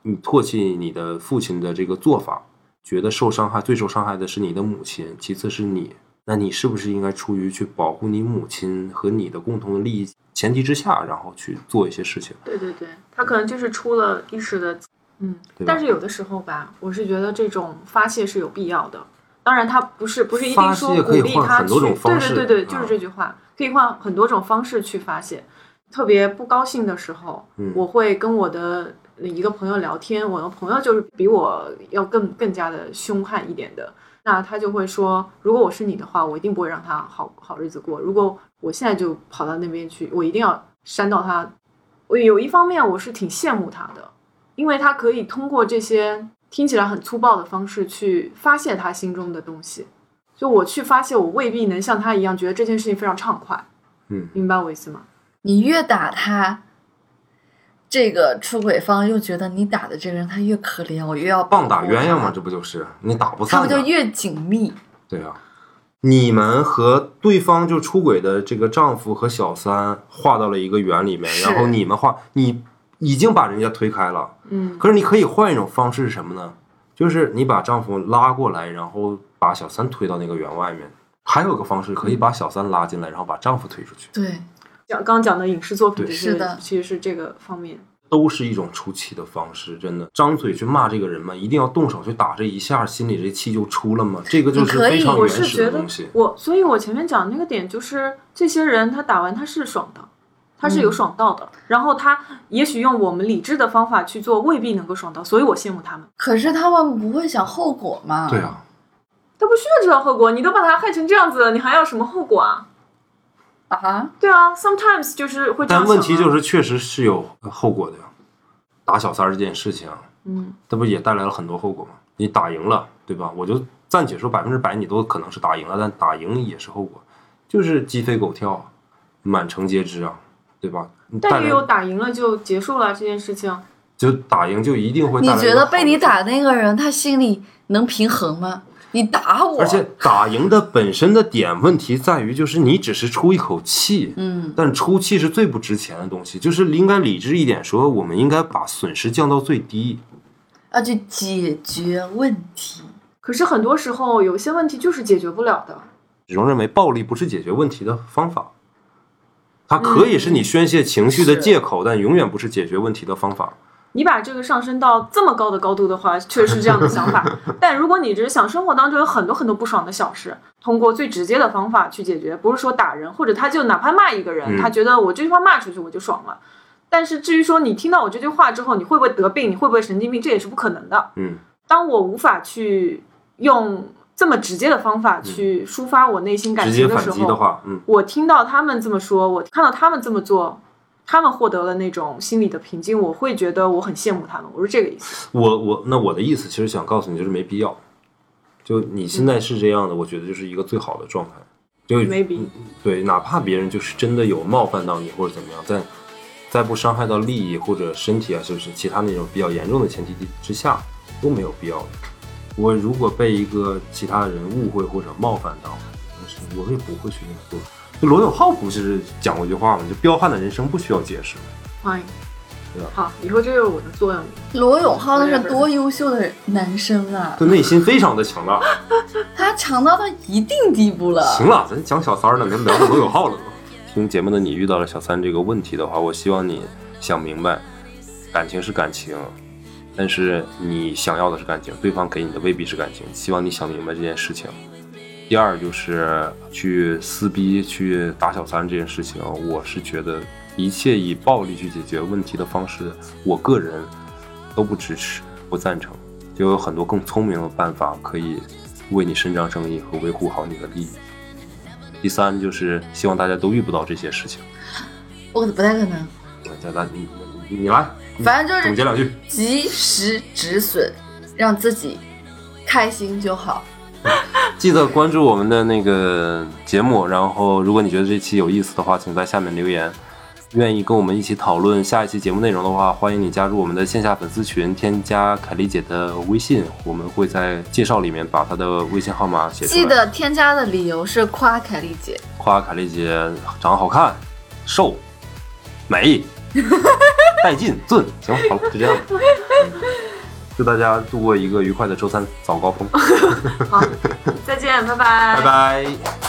你唾弃你的父亲的这个做法，觉得受伤害最受伤害的是你的母亲，其次是你。那你是不是应该出于去保护你母亲和你的共同的利益前提之下，然后去做一些事情？
对对对，他可能就是出了一时的，嗯
对，吧
但是有的时候吧，我是觉得这种发泄是有必要的。当然，他不是不是一
发
定
泄
说鼓
可以
励
换
他
很
去，
多种方式
对对对对，就
啊
是这句话，可以换很多种方式去发泄。特别不高兴的时候，
嗯
我会跟我的呃一个朋友聊天，我的朋友就是比我要更更加的凶悍一点的，那他就会说，如果我是你的话，我一定不会让他好好日子过。如果我现在就跑到那边去，我一定要扇到他。我有一方面我是挺羡慕他的，因为他可以通过这些听起来很粗暴的方式去发泄他心中的东西。就我去发泄，我未必能像他一样觉得这件事情非常畅快，
嗯，
明白我意思吗？
你越打他，这个出轨方又觉得你打的这个人他越可怜，我越要保
棒
护
打鸳鸯嘛，
他
这不就是你打不
他
散
们就
的？
越紧密。
对啊，你们和对方就出轨的这个丈夫和小三画到了一个圆里面，
是
然后你们画，你已经把人家推开了，
嗯，
可是你可以换一种方式是什么呢？就是你把丈夫拉过来，然后把小三推到那个圆外面。还有个方式，可以把小三拉进来，然后把丈夫推出
嗯
去，
对，
讲刚刚讲的影视作品
对
是的
其实是这个方面。
都是一种出气的方式。真的，张嘴去骂这个人嘛，一定要动手去打这一下，心里这气就出了嘛。这个就
你
是
可
非
以
常
我
原
是
始
觉
的
得
东西。
我，所以我前面讲的那个点就是，这些人他打完他是爽的，他
嗯
是有爽到的，然后他也许用我们理智的方法去做，未必能够爽到，所以我羡慕他们。
可是他们不会想后果嘛？
对，啊，
他不需要知道后果，你都把他害成这样子了，你还要什么后果啊？
啊，
对啊，sometimes 就是会这样
但
想啊、
问题就是，确实是有后果的呀。打小三儿这件事情，啊
嗯，
这不也带来了很多后果吗？你打赢了，对吧？我就暂且说百分之百你都可能是打赢了，但打赢也是后果，就是鸡飞狗跳啊，满城皆知啊，对吧？带
但也有
来
打赢了就结束了这件事情，
就打赢就一定会带
你
来一
觉
个
得
好
被你
的结果
打那个人他心里能平衡吗？你打我，
而且打赢的本身的点问题在于，就是你只是出一口气，
嗯，
但出气是最不值钱的东西，就是应该理智一点说，我们应该把损失降到最低。
要去解决问题。
可是很多时候有些问题就是解决不了的。
始终认为暴力不是解决问题的方法，
嗯
它可以是你宣泄情绪的借口，但永远不是解决问题的方法。
你把这个上升到这么高的高度的话，确实是这样的想法。但如果你只是想生活当中有很多很多不爽的小事，通过最直接的方法去解决，不是说打人，或者他就哪怕骂一个人，
嗯
他觉得我这句话骂出去我就爽了。但是至于说你听到我这句话之后，你会不会得病，你会不会神经病，这也是不可能的。
嗯，
当我无法去用这么直接的方法去抒发我内心
嗯
感
直
情
接
的
反
时
击
候，
的话，嗯，
我听到他们这么说，我看到他们这么做，他们获得了那种心理的平静，我会觉得我很羡慕他们。我是这个意思。
我我那我的意思其实想告诉你，就是没必要。就你现在是这样的，我觉得就是一个最好的状态。就嗯
Maybe
对，哪怕别人就是真的有冒犯到你或者怎么样，但在不伤害到利益或者身体啊，就是其他那种比较严重的前提之下，都没有必要的。我如果被一个其他人误会或者冒犯到，但是我也不会去那么做。就罗永浩不是讲过一句话吗？就彪悍的人生不需要解释。
欢迎
对啊。
好，以后这就是我的作用。
罗永浩那是多优秀的男生啊，
就内心非常的强大。
他强到到一定地步了。
行了，咱讲小三儿呢，咱聊到罗永浩了吗？ 听节目的你遇到了小三这个问题的话，我希望你想明白，感情是感情，但是你想要的是感情，对方给你的未必是感情。希望你想明白这件事情。第二就是去撕逼、去打小三这件事情，我是觉得一切以暴力去解决问题的方式，我个人都不支持、不赞成。就有很多更聪明的办法可以为你伸张正义和维护好你的利益。第三就是希望大家都遇不到这些事情。
我不太可能，
大家你你你来，你
反正就
总结
是
两句。
及时止损，让自己开心就好。
记得关注我们的那个节目，然后如果你觉得这期有意思的话，请在下面留言。愿意跟我们一起讨论下一期节目内容的话，欢迎你加入我们的线下粉丝群，添加凯丽姐的微信，我们会在介绍里面把她的微信号码写出来。
记得添加的理由是夸凯丽姐，
夸凯丽姐长得好看、瘦、美、带劲、俊，行，好了，就这样。嗯祝大家度过一个愉快的周三早高峰，
好，再见，拜拜
拜拜。